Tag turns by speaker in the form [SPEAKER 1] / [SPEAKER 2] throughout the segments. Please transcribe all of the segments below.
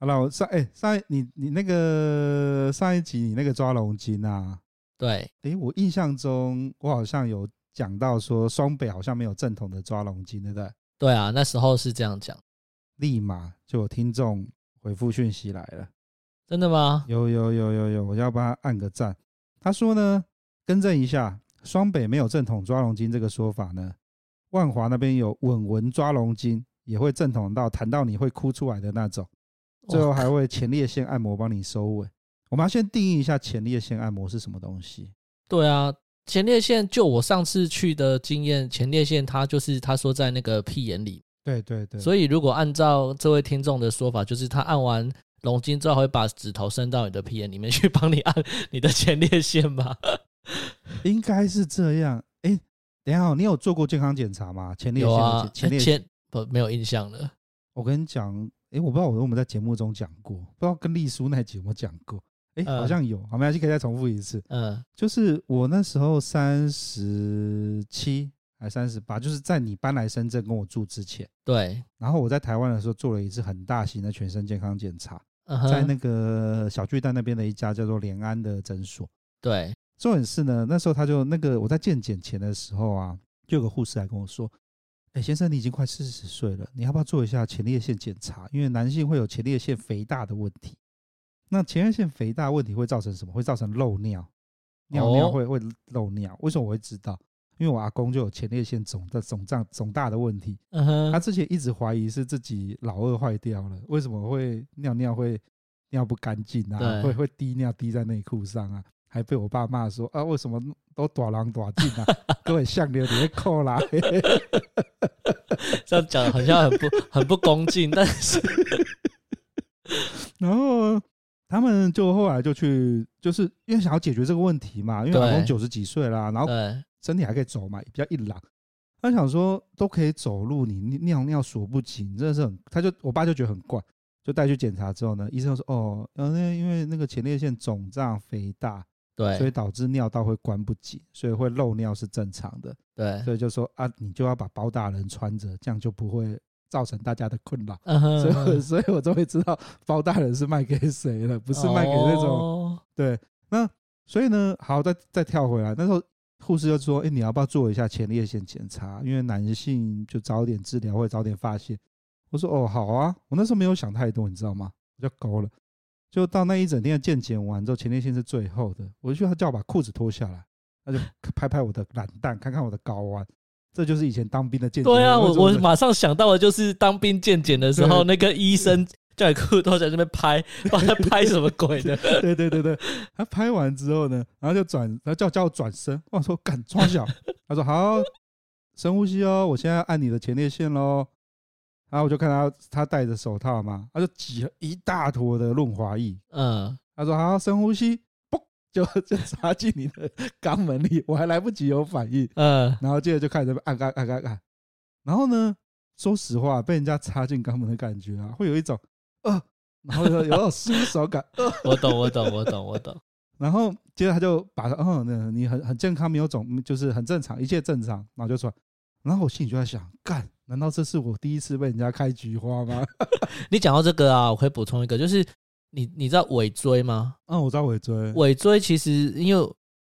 [SPEAKER 1] 好了，我上哎、上一你你那个上一集你那个抓龙筋啊，
[SPEAKER 2] 对，
[SPEAKER 1] 诶、我印象中我好像有讲到说双北好像没有正统的抓龙筋，对不对？
[SPEAKER 2] 对啊，那时候是这样讲，
[SPEAKER 1] 立马就有听众回复讯息来了。
[SPEAKER 2] 真的吗？
[SPEAKER 1] 有有有有有，我要帮他按个赞。他说呢，更正一下，双北没有正统抓龙筋这个说法呢，万华那边有稳文抓龙筋，也会正统到谈到你会哭出来的那种，最后还会前列腺按摩帮你收尾。我们要先定义一下前列腺按摩是什么东西。
[SPEAKER 2] 对啊，前列腺就我上次去的经验，前列腺它就是他说在那个屁眼里，
[SPEAKER 1] 对对对
[SPEAKER 2] 所以如果按照这位听众的说法，就是他按完龙筋之后会把指头伸到你的屁眼里面去帮你按你的前列腺 吧？
[SPEAKER 1] 以应该是这样。哎，等一下哦、你有做过健康检查吗？前列腺
[SPEAKER 2] 有
[SPEAKER 1] 的
[SPEAKER 2] 啊，
[SPEAKER 1] 前列腺
[SPEAKER 2] 前不没有印象了。
[SPEAKER 1] 我跟你讲，诶，我不知道我有没有在节目中讲过，不知道跟丽叔那集有没有讲过。诶，
[SPEAKER 2] 嗯
[SPEAKER 1] 好像有，好，没关系，可以再重复一次。
[SPEAKER 2] 嗯，
[SPEAKER 1] 就是我那时候三十七还三十八，就是在你搬来深圳跟我住之前，
[SPEAKER 2] 对，
[SPEAKER 1] 然后我在台湾的时候做了一次很大型的全身健康检查，
[SPEAKER 2] 嗯哼，
[SPEAKER 1] 在那个小巨蛋那边的一家叫做联安的诊所。
[SPEAKER 2] 对，
[SPEAKER 1] 重点是呢，那时候他就那个我在健检前的时候啊，就有个护士来跟我说：“哎、先生，你已经快四十岁了，你要不要做一下前列腺检查？因为男性会有前列腺肥大的问题。那前列腺肥大问题会造成什么？会造成漏尿，尿尿
[SPEAKER 2] 哦
[SPEAKER 1] 会、会漏尿。为什么我会知道？因为我阿公就有前列腺肿的肿胀肿大的问题，
[SPEAKER 2] 嗯哼，
[SPEAKER 1] 他之前一直怀疑是自己老二坏掉了，为什么会尿尿会尿不干净啊？
[SPEAKER 2] 对
[SPEAKER 1] 会会滴尿滴在内裤上啊？还被我爸骂说啊，为什么都短狼短进啊？各位项链你会扣啦？
[SPEAKER 2] 这样讲好像 很不很不恭敬，但是
[SPEAKER 1] 然后他们就后来就去，就是因为想要解决这个问题嘛，因为
[SPEAKER 2] 对
[SPEAKER 1] 老公九十几岁啦，然后
[SPEAKER 2] 对
[SPEAKER 1] 身体还可以走嘛，也比较硬朗。他想说都可以走路，你你尿尿锁不紧，真的是很，他就我爸就觉得很怪，就带去检查之后呢，医生说哦，呃，那因为那个前列腺肿胀肥大，所以
[SPEAKER 2] 对
[SPEAKER 1] 导致尿道会关不紧，所以会漏尿是正常的，
[SPEAKER 2] 对，
[SPEAKER 1] 所以就说啊，你就要把包大人穿着，这样就不会造成大家的困扰。
[SPEAKER 2] 嗯哼，
[SPEAKER 1] 所以 我，所以我终于知道包大人是卖给谁了，不
[SPEAKER 2] 不
[SPEAKER 1] 是卖给那种
[SPEAKER 2] 种
[SPEAKER 1] 对，那所以呢，好，再再跳回来，那时候护士就说：“哎、你要不要做一下前列腺检查？因为男性就早点治疗会早点发现。”我说：“哦，好啊。”我那时候没有想太多，你知道吗？我就勾了。就到那一整天的健检完之后，前列腺是最后的，我就叫他叫我把裤子脱下来，他就拍拍我的懒蛋，看看我的睾丸，这就是以前当兵的健检。
[SPEAKER 2] 对啊，我
[SPEAKER 1] 就
[SPEAKER 2] 我
[SPEAKER 1] 是
[SPEAKER 2] 马上想到的就是当兵健检的时候，那个医生叫你裤都在那边拍，不知道在拍什么 鬼的，
[SPEAKER 1] 对对对对，他拍完之后呢，然后就转，然后叫叫我转身，我说敢抓小， 他说好，深呼吸哦，我现在按你的前列腺喽。然后我就看他，他戴着手套嘛，他就挤了一大坨的润滑液。
[SPEAKER 2] 嗯，
[SPEAKER 1] 他说好，深呼吸，嘣，就就插进你的肛门里，我还来不及有反应，
[SPEAKER 2] 嗯，
[SPEAKER 1] 然后接着就开始在那边按按按按按，然后呢，说实话，被人家插进肛门的感觉啊，会有一种呃，然后有有种 舒手感，呃，
[SPEAKER 2] 我懂，我懂，我懂，我懂，
[SPEAKER 1] 然后接着他就把他，嗯，那你很很健康，没有肿，就是很正常，一切正常，然后就出来。然后我心里就在想，干，难道这是我第一次被人家开菊花吗？
[SPEAKER 2] 你讲到这个啊，我可以补充一个，就是你你知道尾椎吗？
[SPEAKER 1] 嗯，我在尾椎，
[SPEAKER 2] 尾椎其实因为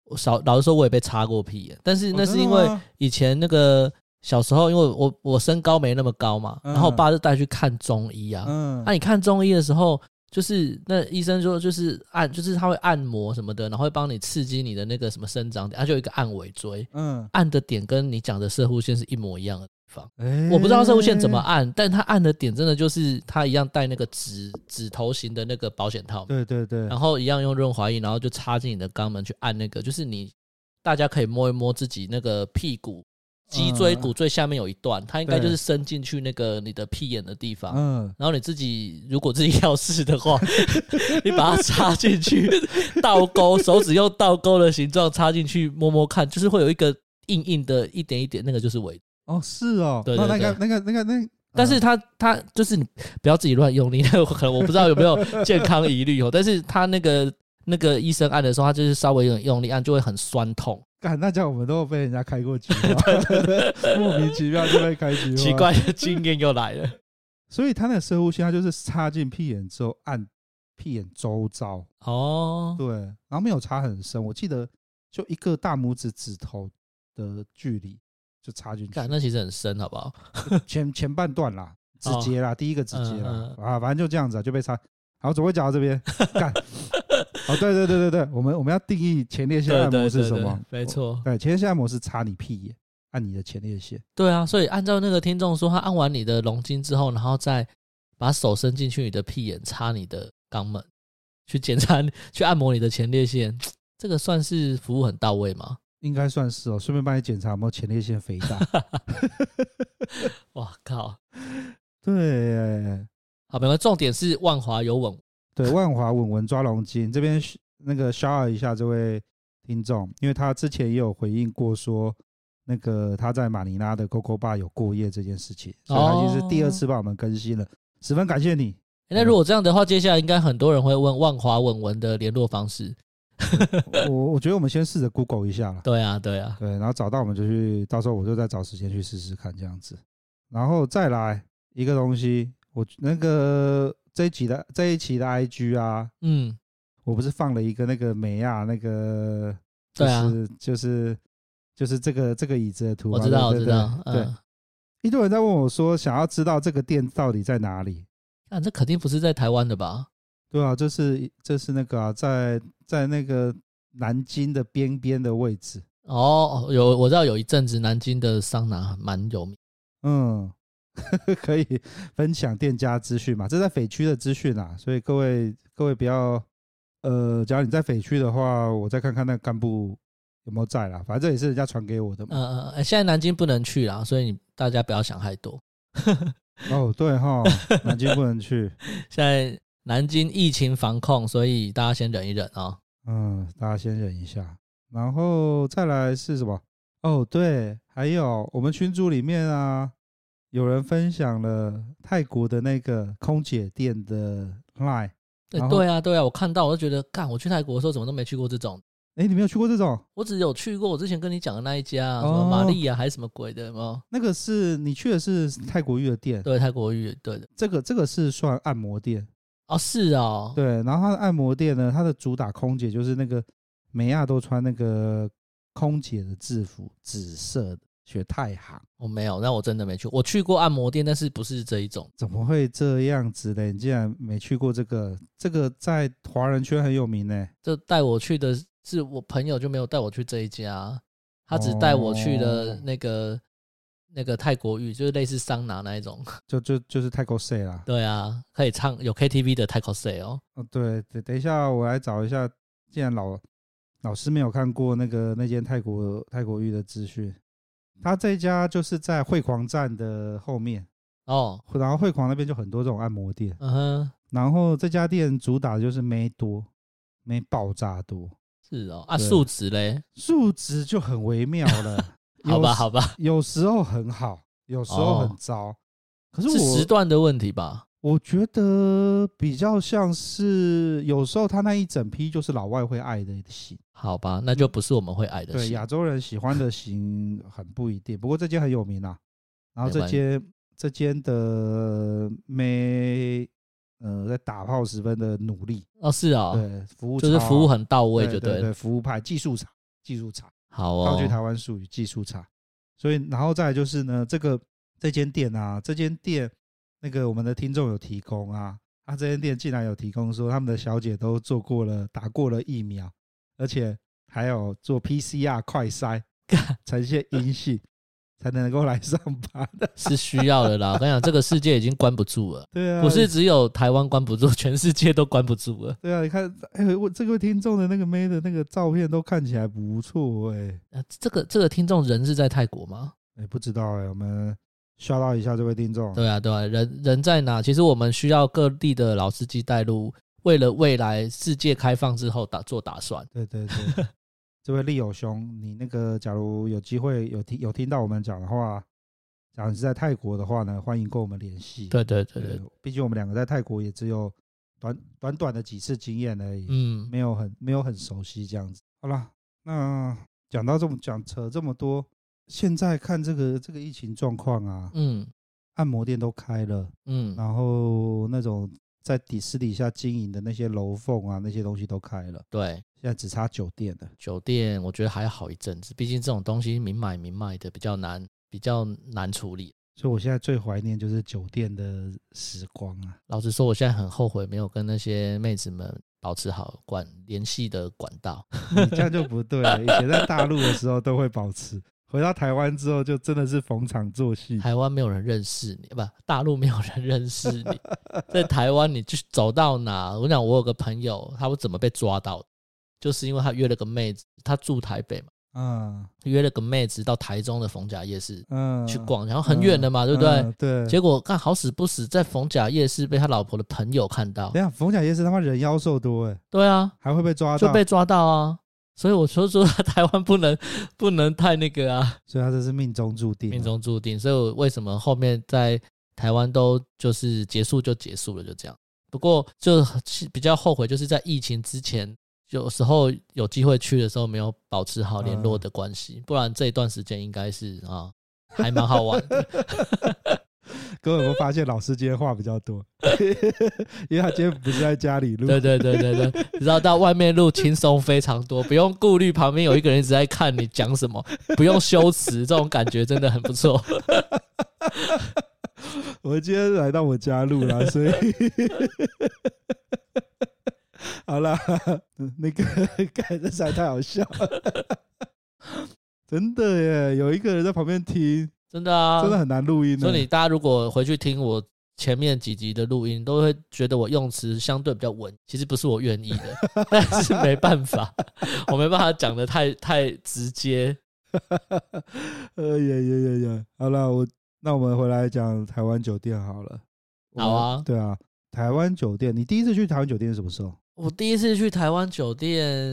[SPEAKER 2] 我少老实说，我也被插过屁眼，但是那是因为
[SPEAKER 1] 哦
[SPEAKER 2] 以前那个小时候，因为我我身高没那么高嘛，
[SPEAKER 1] 嗯
[SPEAKER 2] 然后我爸就带去看中医啊
[SPEAKER 1] 真的。吗嗯，
[SPEAKER 2] 那、你看中医的时候，就是那医生说就是按，就是他会按摩什么的，然后会帮你刺激你的那个什么生长点，他、就有一个按尾椎，
[SPEAKER 1] 嗯，
[SPEAKER 2] 按的点跟你讲的射护线是一模一样的地方。
[SPEAKER 1] 哎
[SPEAKER 2] 我不知道射护线怎么，按，但他按的点真的就是他一样戴那个指指头型的那个保险套嘛。
[SPEAKER 1] 对对对，
[SPEAKER 2] 然后一样用润滑液，然后就插进你的肛门去按那个，就是你大家可以摸一摸自己那个屁股脊椎骨最下面有一段，它应该
[SPEAKER 1] 对
[SPEAKER 2] 就是伸进去那个你的屁眼的地方。
[SPEAKER 1] 嗯，
[SPEAKER 2] 然后你自己如果自己要试的话，你把它插进去，倒钩，手指用倒钩的形状插进去摸摸看，就是会有一个硬硬的，一点一点，那个就是尾。
[SPEAKER 1] 哦，是哦，
[SPEAKER 2] 对
[SPEAKER 1] 那
[SPEAKER 2] 对
[SPEAKER 1] 那个那个那个那个，啊
[SPEAKER 2] 但是它它就是你不要自己乱用力， 那个可能我不知道有没有健康疑虑哦。但是它那个那个医生按的时候，他就是稍微有点用力按，就会很酸痛，
[SPEAKER 1] 干那家我们都有被人家开过菊花， 莫名其妙就被开菊花，
[SPEAKER 2] 奇。怪的经验又来 了。
[SPEAKER 1] 所以他那个深呼吸，他就是插进屁眼之后按屁眼周遭，
[SPEAKER 2] 哦，
[SPEAKER 1] 对，然后没有插很深，我记得就一个大拇指指头的距离就插进去
[SPEAKER 2] 看，那其实很深，好不好？
[SPEAKER 1] 前前半段啦，直接啦，第一个直接啦
[SPEAKER 2] 哦嗯，
[SPEAKER 1] 啊，反正就这样子啊，就被插。好，左边讲到这 边，干。哦，对对对对对，我们我们要定义前列腺
[SPEAKER 2] 对
[SPEAKER 1] 按摩
[SPEAKER 2] 对
[SPEAKER 1] 是
[SPEAKER 2] 对
[SPEAKER 1] 什
[SPEAKER 2] 对哦
[SPEAKER 1] 么？，
[SPEAKER 2] 没错。
[SPEAKER 1] 对，前列腺按摩是插你屁眼，按你的前列腺。
[SPEAKER 2] 对啊，所以按照那个听众说，他按完你的龙筋之后，然后再把手伸进去你的屁眼，插你的肛门，去检查、 去按摩你的前列腺，这个算是服务很到位吗？
[SPEAKER 1] 应该算是哦，顺便帮你检查有没有前列腺肥 大。
[SPEAKER 2] 哇靠！
[SPEAKER 1] 对
[SPEAKER 2] 好，没关系，重点是万华有稳，
[SPEAKER 1] 对，万华稳稳抓龙筋这边那个 s h o 一下这位听众，因为他之前也有回应过说，那个他在马尼拉的 Coco Bar 有过夜这件事情，所以他其实第二次帮我们更新了，十分感谢你。
[SPEAKER 2] 诶
[SPEAKER 1] 嗯
[SPEAKER 2] 那如果这样的话，接下来应该很多人会问万华稳文的联络 方式。
[SPEAKER 1] 我我觉得我们先试着 Google 一下啦，
[SPEAKER 2] 对啊，对啊，
[SPEAKER 1] 对，然后找到我们就去，到时候我就再找时间去试试看这样子，然后再来一个东西，我那个这一集的这一期的 IG 啊，
[SPEAKER 2] 嗯，
[SPEAKER 1] 我不是放了一个那个美亚那个，就
[SPEAKER 2] 对啊
[SPEAKER 1] 是就是就是这个这个椅子的图嘛，
[SPEAKER 2] 我知道，我
[SPEAKER 1] 对
[SPEAKER 2] 知
[SPEAKER 1] 对对
[SPEAKER 2] 道，
[SPEAKER 1] 对
[SPEAKER 2] 嗯，
[SPEAKER 1] 一堆人在问我说，想要知道这个店到底在哪里？
[SPEAKER 2] 啊，这肯定不是在台湾的吧？
[SPEAKER 1] 对啊，这是这是那个啊，在在那个南京的边边的位置，
[SPEAKER 2] 哦，有我知道有一阵子南京的桑拿蛮有名。
[SPEAKER 1] 嗯， 可以分享店家资讯嘛？这在匪区的资讯啊，所以各位各位不要，呃，假如你在匪区的话，我再看看那个干部有没有在啦，反正这也是人家传给我的嘛。
[SPEAKER 2] 嗯嗯，呃现在南京不能去啦，所以你大家不要想太多。 嗯
[SPEAKER 1] 哦，对哈，南京不能去，
[SPEAKER 2] 现在南京疫情防控，所以大家先忍一忍啊、
[SPEAKER 1] 嗯，大家先忍一下，然后再来是什么？哦，对，还有我们群组里面啊，有人分享了泰国的那个空姐店的 line，
[SPEAKER 2] 对
[SPEAKER 1] 然后
[SPEAKER 2] 对啊，对啊，我看到我就觉得，干，我去泰国的时候怎么都没去过这种。
[SPEAKER 1] 哎，你没有去过这种？
[SPEAKER 2] 我只有去过我之前跟你讲的那一家啊，
[SPEAKER 1] 哦
[SPEAKER 2] 什么玛丽啊，还是什么鬼的，有没 有？
[SPEAKER 1] 那个是你去的是泰国浴的店，
[SPEAKER 2] 对，泰国浴，对的。
[SPEAKER 1] 这个这个是算按摩店，
[SPEAKER 2] 哦，是哦，
[SPEAKER 1] 对。然后它的按摩店呢，它的主打空姐就是那个美亚都穿那个空姐的制服，紫色的，学太行。
[SPEAKER 2] 我没有，那我真的没去。我去过按摩店，但是不是这一种。
[SPEAKER 1] 怎么会这样子呢？你竟然没去过这个，这个在华人圈很有名呢。
[SPEAKER 2] 就带我去的是我朋友，就没有带我去这一家，他只带我去了
[SPEAKER 1] 哦
[SPEAKER 2] 那个、那个泰国浴，就是类似桑拿那一种。
[SPEAKER 1] 就就就是泰国 say 啦。
[SPEAKER 2] 对啊，可以唱有 KTV 的 Taco Say 哦。
[SPEAKER 1] 哦，对，等等一下我来找一下，既然老老师没有看过那个那间泰国泰国浴的资讯，他这家就是在惠狂站的后面。
[SPEAKER 2] 哦，
[SPEAKER 1] 然后惠狂那边就很多这种按摩店，
[SPEAKER 2] 嗯哼，
[SPEAKER 1] 然后这家店主打的就是没多，没爆炸多，
[SPEAKER 2] 是哦，啊，
[SPEAKER 1] 对
[SPEAKER 2] 数值嘞，。
[SPEAKER 1] 数值就很微妙了
[SPEAKER 2] 好
[SPEAKER 1] 有
[SPEAKER 2] 吧，
[SPEAKER 1] 时
[SPEAKER 2] 好吧，
[SPEAKER 1] 有时候很好，有时候很糟。可是
[SPEAKER 2] 哦是时
[SPEAKER 1] 我
[SPEAKER 2] 段的问题吧？
[SPEAKER 1] 我觉得比较像是有时候他那一整批就是老外会爱的型，
[SPEAKER 2] 好吧，那就不是我们会爱的
[SPEAKER 1] 嗯对
[SPEAKER 2] 事。
[SPEAKER 1] 亚洲人喜欢的型很不一定。不过这间很有名啊，然后
[SPEAKER 2] 没
[SPEAKER 1] 这
[SPEAKER 2] 关系
[SPEAKER 1] 间这间的妹呃在打炮十分的努力。
[SPEAKER 2] 哦，是哦，
[SPEAKER 1] 对，服务
[SPEAKER 2] 就是
[SPEAKER 1] 超
[SPEAKER 2] 服务
[SPEAKER 1] 好
[SPEAKER 2] 很到位，
[SPEAKER 1] 对
[SPEAKER 2] 就
[SPEAKER 1] 对
[SPEAKER 2] 了。
[SPEAKER 1] 服务派技术差，技术差，
[SPEAKER 2] 好
[SPEAKER 1] 道具
[SPEAKER 2] 哦，
[SPEAKER 1] 台湾术语技术差。所以，然后再来就是呢，这个这间店啊，这间店那个我们的听众有提供啊，啊，这间店竟然有提供说他们的小姐都做过了，打过了疫苗，而且还有做 PCR 快 筛呈现阴性，才能够来上班。
[SPEAKER 2] 是需要的啦。我跟你讲，这个世界已经关不住了，
[SPEAKER 1] 对啊，
[SPEAKER 2] 不是只有台湾关不住， 全世界都关不住了。
[SPEAKER 1] 对啊，你看，哎，我这位听众的那个妹的那个照片都看起来不错哎、
[SPEAKER 2] 呃这个这个听众人是在泰国吗？
[SPEAKER 1] 哎，不知道哎，我们笑到一下这位听众，
[SPEAKER 2] 对啊，对啊，人人在哪？其实我们需要各地的老司机带路，为了未来世界开放之后打做打算。
[SPEAKER 1] 对对对，这位利友兄，你那个假如有机会有听有听到我们讲的话，假如你是在泰国的话呢，欢迎跟我们联系。
[SPEAKER 2] 对对对对
[SPEAKER 1] 对，，毕竟我们两个在泰国也只有短短短的几次经验而已，
[SPEAKER 2] 嗯，
[SPEAKER 1] 没有很没有很熟悉这样子。好了，那讲到这么讲扯这么多，现在看这个这个疫情状况啊，
[SPEAKER 2] 嗯
[SPEAKER 1] 按摩店都开了，
[SPEAKER 2] 嗯，
[SPEAKER 1] 然后那种在底私底下经营的那些楼缝啊，那些东西都开了，
[SPEAKER 2] 对，
[SPEAKER 1] 现在只差酒店了。
[SPEAKER 2] 酒店我觉得还好一阵子，毕竟这种东西明买明卖的比较难，比较难处理。
[SPEAKER 1] 所以我现在最怀念就是酒店的时光啊。
[SPEAKER 2] 老实说，我现在很后悔没有跟那些妹子们保持好管联系的管道。
[SPEAKER 1] 你这样就不对了，以前在大陆的时候都会保持，回到台湾之后就真的是逢场作戏。
[SPEAKER 2] 台湾没有人认识你，不，大陆没有人认识 你，在台湾你就走到哪，我跟你讲，我有个朋友，他怎么被抓到的，就是因为他约了个妹子，他住台北嘛，
[SPEAKER 1] 嗯
[SPEAKER 2] 约了个妹子到台中的逢甲夜市
[SPEAKER 1] 嗯，
[SPEAKER 2] 去逛，然后很远的嘛，对不对？
[SPEAKER 1] 嗯对。
[SPEAKER 2] 结果看好死不死，在逢甲夜市被他老婆的朋友看到
[SPEAKER 1] 等，一下逢甲夜市他妈人妖兽多哎，
[SPEAKER 2] 对啊，
[SPEAKER 1] 还会被啊抓
[SPEAKER 2] 就
[SPEAKER 1] 到，
[SPEAKER 2] 被抓到啊。所以我说说 台湾不能不能太那个啊，
[SPEAKER 1] 所以他这是命中注定啊。
[SPEAKER 2] 命中注定。所以我为什么后面在台湾都就是结束就结束了，就这样。不过就是比较后悔，就是在疫情之前，有时候有机会去的时候没有保持好联
[SPEAKER 1] 嗯
[SPEAKER 2] 络的关系，不然这一段时间应该是啊还蛮好玩 的。
[SPEAKER 1] 各位有没有发现老师今天话比较多？ 因为他今天不是在家里录，
[SPEAKER 2] 对对对对对， 你知道到外面录轻松非常多，不用顾虑旁边有一个人一直在看你讲什么，不用修辞，这种感觉真的很不错。
[SPEAKER 1] 我今天来到我家录啦， 所以 好啦， 那个 看这实在太好笑 了，真的耶！有一个人在旁边听，
[SPEAKER 2] 真的啊，
[SPEAKER 1] 真的很难录音呢
[SPEAKER 2] 所以。你大家如果回去听我前面几集的录音，都会觉得我用词相对比较稳，其实不是我愿意的，但是没办法，我没办法讲的太太直接。
[SPEAKER 1] 呃呀呀呀呀！好啦，我那我们回来讲台湾酒店好了。我们
[SPEAKER 2] 好啊
[SPEAKER 1] 对啊，台湾酒店，你第一次去台湾酒店是什么时候？
[SPEAKER 2] 我第一次去台湾酒店，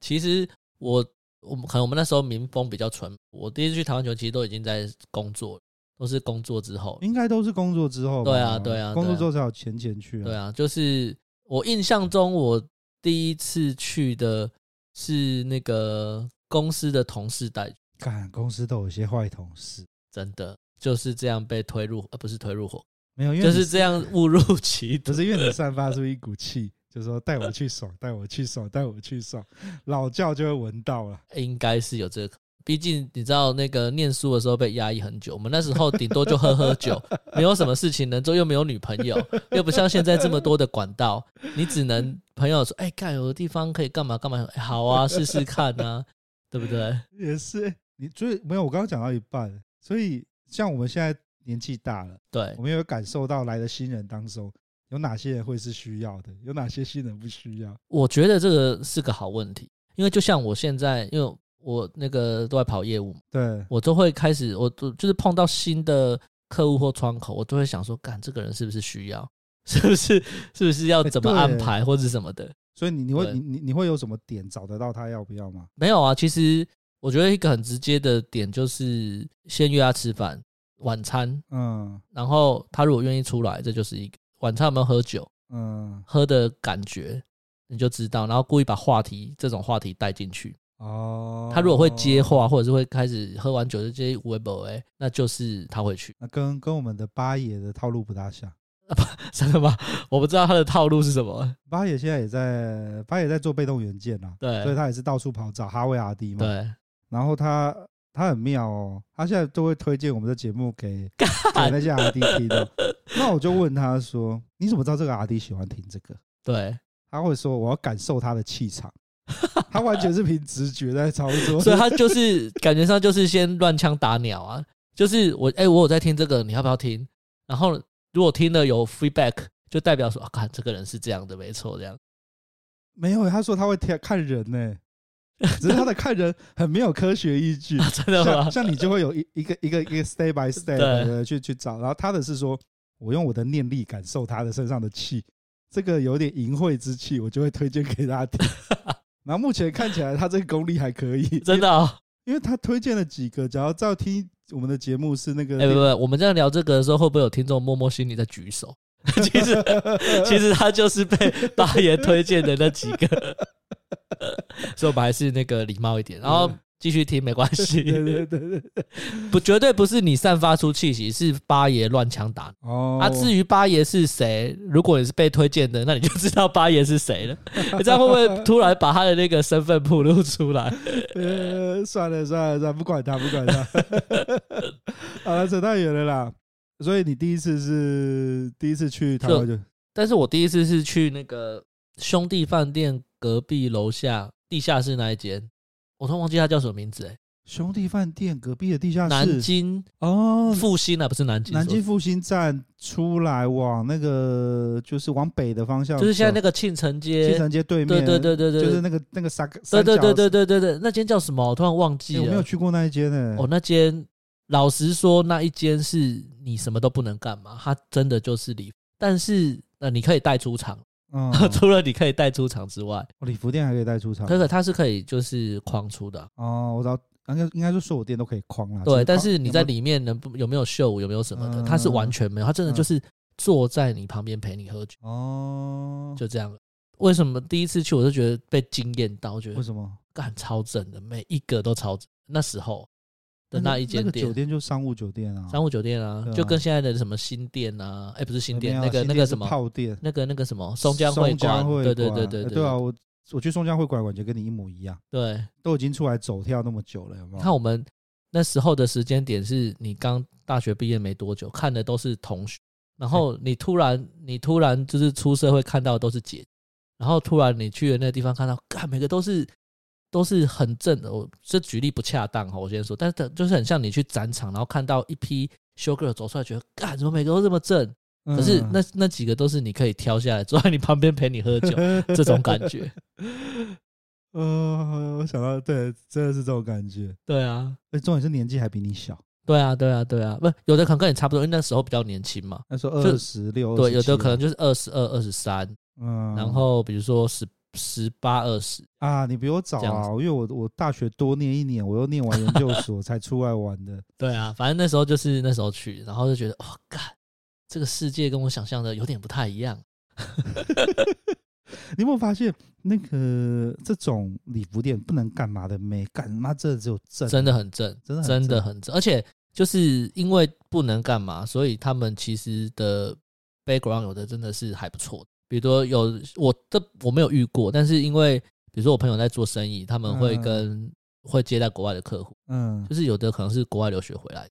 [SPEAKER 2] 其实我我们可能我们那时候民风比较淳朴，我第一次去台湾酒店其实都已经在工作了，都是工作之后。
[SPEAKER 1] 应该都是工作之后吧。
[SPEAKER 2] 对啊对啊
[SPEAKER 1] 工作
[SPEAKER 2] 对啊
[SPEAKER 1] 之后才有钱钱去、
[SPEAKER 2] 对，啊，就是我印象中，我第一次去的是那个公司的同事带
[SPEAKER 1] 干公司都有些坏同事，
[SPEAKER 2] 真的就是这样被推入，呃，不是推入火，
[SPEAKER 1] 没有，因为
[SPEAKER 2] 就
[SPEAKER 1] 你
[SPEAKER 2] 是这样误入歧
[SPEAKER 1] 不
[SPEAKER 2] 途。
[SPEAKER 1] 是因为你散发出一股气，就说带我去爽，带我去爽，带我去爽，老教就会闻到了。
[SPEAKER 2] 应该是有这个可能，毕竟你知道那个念书的时候被压抑很久，我们那时候顶多就喝喝酒，没有什么事情能做，又没有女朋友，又不像现在这么多的管道，你只能朋友说，哎、干有的地方可以干嘛干嘛，哎好啊，试试看啊，对不对？
[SPEAKER 1] 也是你，所以没有，我刚刚讲到一半，所以像我们现在年纪大了，
[SPEAKER 2] 对
[SPEAKER 1] 我，们也有感受到来的新人当中。有哪些人会是需要的？有哪些新人不需要？
[SPEAKER 2] 我觉得这个是个好问题，因为就像我现在，因为我那个都在跑业务嘛。
[SPEAKER 1] 对，
[SPEAKER 2] 我都会开始，我都就是碰到新的客户或窗口，我都会想说，干这个人是不是需要， 是不是是不是要
[SPEAKER 1] 哎
[SPEAKER 2] 怎么
[SPEAKER 1] 对
[SPEAKER 2] 安排或者什么的？
[SPEAKER 1] 所以你你会
[SPEAKER 2] 对
[SPEAKER 1] 你你你会有什么点找得到他要不要吗？
[SPEAKER 2] 没有啊，其实我觉得一个很直接的点就是先约他吃饭晚餐，
[SPEAKER 1] 嗯
[SPEAKER 2] 然后他如果愿意出来，这就是一个晚餐有没有喝酒，
[SPEAKER 1] 嗯
[SPEAKER 2] 喝的感觉你就知道，然后故意把话题这种话题带进去。
[SPEAKER 1] 哦，
[SPEAKER 2] 他如果会接话，或者是会开始喝完酒就接微博，哎，那就是他会去。
[SPEAKER 1] 那跟跟我们的八爷的套路不大像。
[SPEAKER 2] 真的吗？我不知道他的套路是什么。
[SPEAKER 1] 八爷现在也在，八爷在做被动元件啊啦、所以
[SPEAKER 2] 对
[SPEAKER 1] 他也是到处跑找哈维 R D 嘛。
[SPEAKER 2] 对，
[SPEAKER 1] 然后他他很妙哦，他现在都会推荐我们的节目 给给那些 R D 听的。那我就问他说：“你怎么知道这个 R D 喜欢听这个
[SPEAKER 2] 对，？”
[SPEAKER 1] 他会说：“我要感受他的气场。”他完全是凭直觉在操作。
[SPEAKER 2] 所以他 就是感觉上就是先乱枪打鸟啊，就是我哎、我有在听这个，你要不要听？然后如果听了有 feedback，就代表说啊，看这个人是这样的，没错，这样。
[SPEAKER 1] 没有，他说他会挑看人呢、只是他的看人很没有科学依 据。
[SPEAKER 2] 真的吗
[SPEAKER 1] 像？像你就会有一一个一个一个 step by step
[SPEAKER 2] 对
[SPEAKER 1] 的去去找，然后他的是说，我用我的念力感受他的身上的气，这个有点淫秽之气，我就会推荐给他 听。然后目前看起来他这个功力还可以，
[SPEAKER 2] 真的哦、
[SPEAKER 1] 因为，因为他推荐了几个，只要照听我们的节目是那个，
[SPEAKER 2] 哎、不不不，我们这样聊这个的时候，会不会有听众默默心里在举手？其实，其实他就是被八爷推荐的那几 个，所以我们还是那个礼貌一点，然后继续听没 关
[SPEAKER 1] 嗯对
[SPEAKER 2] 系，
[SPEAKER 1] 对对对对，
[SPEAKER 2] 不绝对不是你散发出气息，是八爷乱枪打你。
[SPEAKER 1] 哦，
[SPEAKER 2] 啊，至于八爷是谁，如果你是被推荐的，那你就知道八爷是谁 了。你这样会不会突然把他的那个身份暴露出来？
[SPEAKER 1] 呃，算了算了算了，不管他，不管他。 好了，扯太远了啦。所以你第一次是第一次去台湾就
[SPEAKER 2] 但是我第一次是去那个兄弟饭店隔壁楼下地下室那一间，我突然忘记它叫什么名字、欸，
[SPEAKER 1] 兄弟饭店隔壁的地下
[SPEAKER 2] 南
[SPEAKER 1] 室
[SPEAKER 2] 京
[SPEAKER 1] 哦，
[SPEAKER 2] 复兴啊，不是南京，
[SPEAKER 1] 南京复兴站出来往那个就是往北的方向走，
[SPEAKER 2] 就是现在那个庆城街，
[SPEAKER 1] 新城街对
[SPEAKER 2] 对
[SPEAKER 1] 面，
[SPEAKER 2] 对对对对，
[SPEAKER 1] 就是那个那个三个
[SPEAKER 2] 对
[SPEAKER 1] 三
[SPEAKER 2] 对
[SPEAKER 1] 角
[SPEAKER 2] 对对对对对，那间叫什么？我突然忘记
[SPEAKER 1] 欸我没有
[SPEAKER 2] 了。
[SPEAKER 1] 去过那一间哎呢。
[SPEAKER 2] 哦，那间老实说，那一间是你什么都不能干嘛，它真的就是礼服，但是呃，你可以带出场，
[SPEAKER 1] 嗯，
[SPEAKER 2] 除了你可以带出场之外，
[SPEAKER 1] 哦礼服店还可以带出场
[SPEAKER 2] 可可它是可以就是框出的啊、
[SPEAKER 1] 哦，我知道，应该应该说所有店都可以框啦。只
[SPEAKER 2] 对，
[SPEAKER 1] 是
[SPEAKER 2] 但
[SPEAKER 1] 框
[SPEAKER 2] 是你在
[SPEAKER 1] 有没有
[SPEAKER 2] 里面能不有没有秀舞，有没有什么
[SPEAKER 1] 嗯
[SPEAKER 2] 的，他是完全没有，他真的就是坐在你旁边陪你喝酒，
[SPEAKER 1] 哦，
[SPEAKER 2] 就这样。为什么第一次去我就觉得被惊艳到，觉
[SPEAKER 1] 为
[SPEAKER 2] 得
[SPEAKER 1] 什么？
[SPEAKER 2] 干超正的，每一个都超正。那时候的那一间
[SPEAKER 1] 那个酒
[SPEAKER 2] 店，
[SPEAKER 1] 店就商务酒店啊，
[SPEAKER 2] 商务酒店啊
[SPEAKER 1] 对，啊
[SPEAKER 2] 就跟现在的什么新店啊，哎，不是新店，
[SPEAKER 1] 没有
[SPEAKER 2] 那个
[SPEAKER 1] 新
[SPEAKER 2] 那个
[SPEAKER 1] 是
[SPEAKER 2] 什么，
[SPEAKER 1] 炮店，
[SPEAKER 2] 那个那个什么松江会
[SPEAKER 1] 松
[SPEAKER 2] 馆
[SPEAKER 1] 江，会
[SPEAKER 2] 对对对
[SPEAKER 1] 馆
[SPEAKER 2] 对
[SPEAKER 1] 哎
[SPEAKER 2] 对
[SPEAKER 1] 对啊，哦我我去松江会馆，感觉跟你一模一样，
[SPEAKER 2] 对。
[SPEAKER 1] 都已经出来走跳那么久了，有没
[SPEAKER 2] 你
[SPEAKER 1] 有？
[SPEAKER 2] 看我们那时候的时间点是你刚大学毕业没多久，看的都是同学，然后你突然你突然就是出社会看到的都是姐，然后突然你去的那个地方看到，看每个都是都是很正的。我这举例不恰当哈，我先说，但是就是很像你去展场，然后看到一批修 girl 走出来，觉得干怎么每个都这么正，
[SPEAKER 1] 嗯
[SPEAKER 2] 可是那那几个都是你可以挑下来坐在你旁边陪你喝 酒这种感觉。
[SPEAKER 1] 呃，我想到，对，真的是这种感觉。
[SPEAKER 2] 对啊，
[SPEAKER 1] 哎，重点是年纪还比你小，
[SPEAKER 2] 对啊，对啊，对啊，不，有的可能跟你差不多，因为那时候比较年轻嘛。
[SPEAKER 1] 那时候
[SPEAKER 2] 就
[SPEAKER 1] 二哦十六，
[SPEAKER 2] 对，有的
[SPEAKER 1] 27
[SPEAKER 2] 可能，就是二十二、二十三，
[SPEAKER 1] 嗯，
[SPEAKER 2] 然后比如说十十八、二十，
[SPEAKER 1] 啊，你比我早
[SPEAKER 2] 这样
[SPEAKER 1] 啊，因为我我大学多念一年，我又念完研究所才出来玩的，
[SPEAKER 2] 对啊，反正那时候就是那时候去，然后就觉得哇，干，这个世界跟我想象的有点不太一样。
[SPEAKER 1] 你有没有发现，那个这种礼服店不能干嘛的没干妈，真的只有正
[SPEAKER 2] 真的很正，
[SPEAKER 1] 真的很
[SPEAKER 2] 真的
[SPEAKER 1] 正
[SPEAKER 2] 很正，而且就是因为不能干嘛，所以他们其实的 background 有的真的是还不错的，比如说有我这我没有遇过，但是因为比如说我朋友在做生意，他们会
[SPEAKER 1] 嗯
[SPEAKER 2] 跟、会接待国外的客户，
[SPEAKER 1] 嗯，
[SPEAKER 2] 就是有的可能是国外留学回来，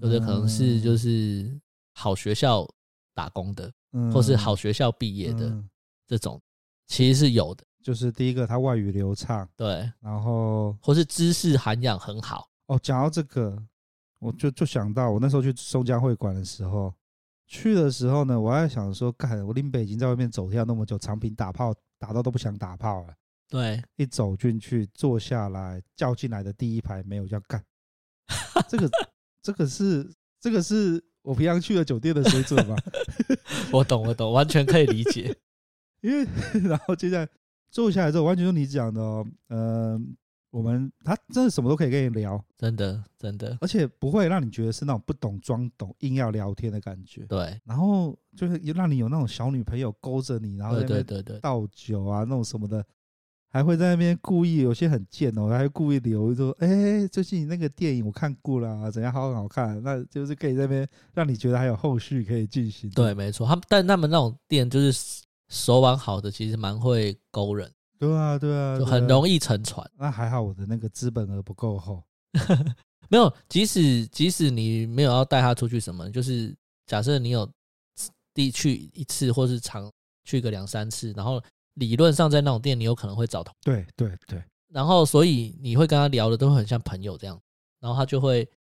[SPEAKER 2] 有的可能是就是好学校打工的，
[SPEAKER 1] 嗯
[SPEAKER 2] 或是好学校毕业的
[SPEAKER 1] 嗯
[SPEAKER 2] 这种，其实是有的，
[SPEAKER 1] 就是第一个他外语流畅，
[SPEAKER 2] 对，
[SPEAKER 1] 然后
[SPEAKER 2] 或是知识涵养很好，
[SPEAKER 1] 哦，讲到这个，我就就想到我那时候去松江会馆的时候，去的时候呢，我还想说，干，我拎北京在外面走跳那么久，长平打炮打到都不想打炮了，
[SPEAKER 2] 对，
[SPEAKER 1] 一走进去坐下来，叫进来的第一排没有叫干，这个这个是这个是我平常去的酒店的水准吧？
[SPEAKER 2] 我懂，我懂，完全可以理解。
[SPEAKER 1] 因为 然后接下来坐下来之后，完全就你讲的哦，呃，我们他真的什么都可以跟你聊，
[SPEAKER 2] 真的，真的，
[SPEAKER 1] 而且不会让你觉得是那种不懂装懂、硬要聊天的感觉。
[SPEAKER 2] 对，
[SPEAKER 1] 然后就是让你有那种小女朋友勾着你，然后
[SPEAKER 2] 对
[SPEAKER 1] 在那
[SPEAKER 2] 对
[SPEAKER 1] 边
[SPEAKER 2] 对对，
[SPEAKER 1] 倒酒啊那种什么的，还会在那边故意有些很贱哦，还会故意留说，哎、最近你那个电影我看过啦、怎样好好看，啊那就是可以在那边让你觉得还有后续可以进行。
[SPEAKER 2] 对，没错。他们但他们那种店就是手腕好的，其实蛮会勾人，
[SPEAKER 1] 对啊，对啊，
[SPEAKER 2] 就
[SPEAKER 1] 对啊
[SPEAKER 2] 很容易沉船。
[SPEAKER 1] 那还好我的那个资本额不够厚。
[SPEAKER 2] 没有，即使即使你没有要带他出去什么，就是假设你有地去一次，或是常去个两三次，然后理论上在那种店，你有可能会找同，
[SPEAKER 1] 对对对，
[SPEAKER 2] 然后所以你会跟他聊的都会很像朋友这样，然后他就会，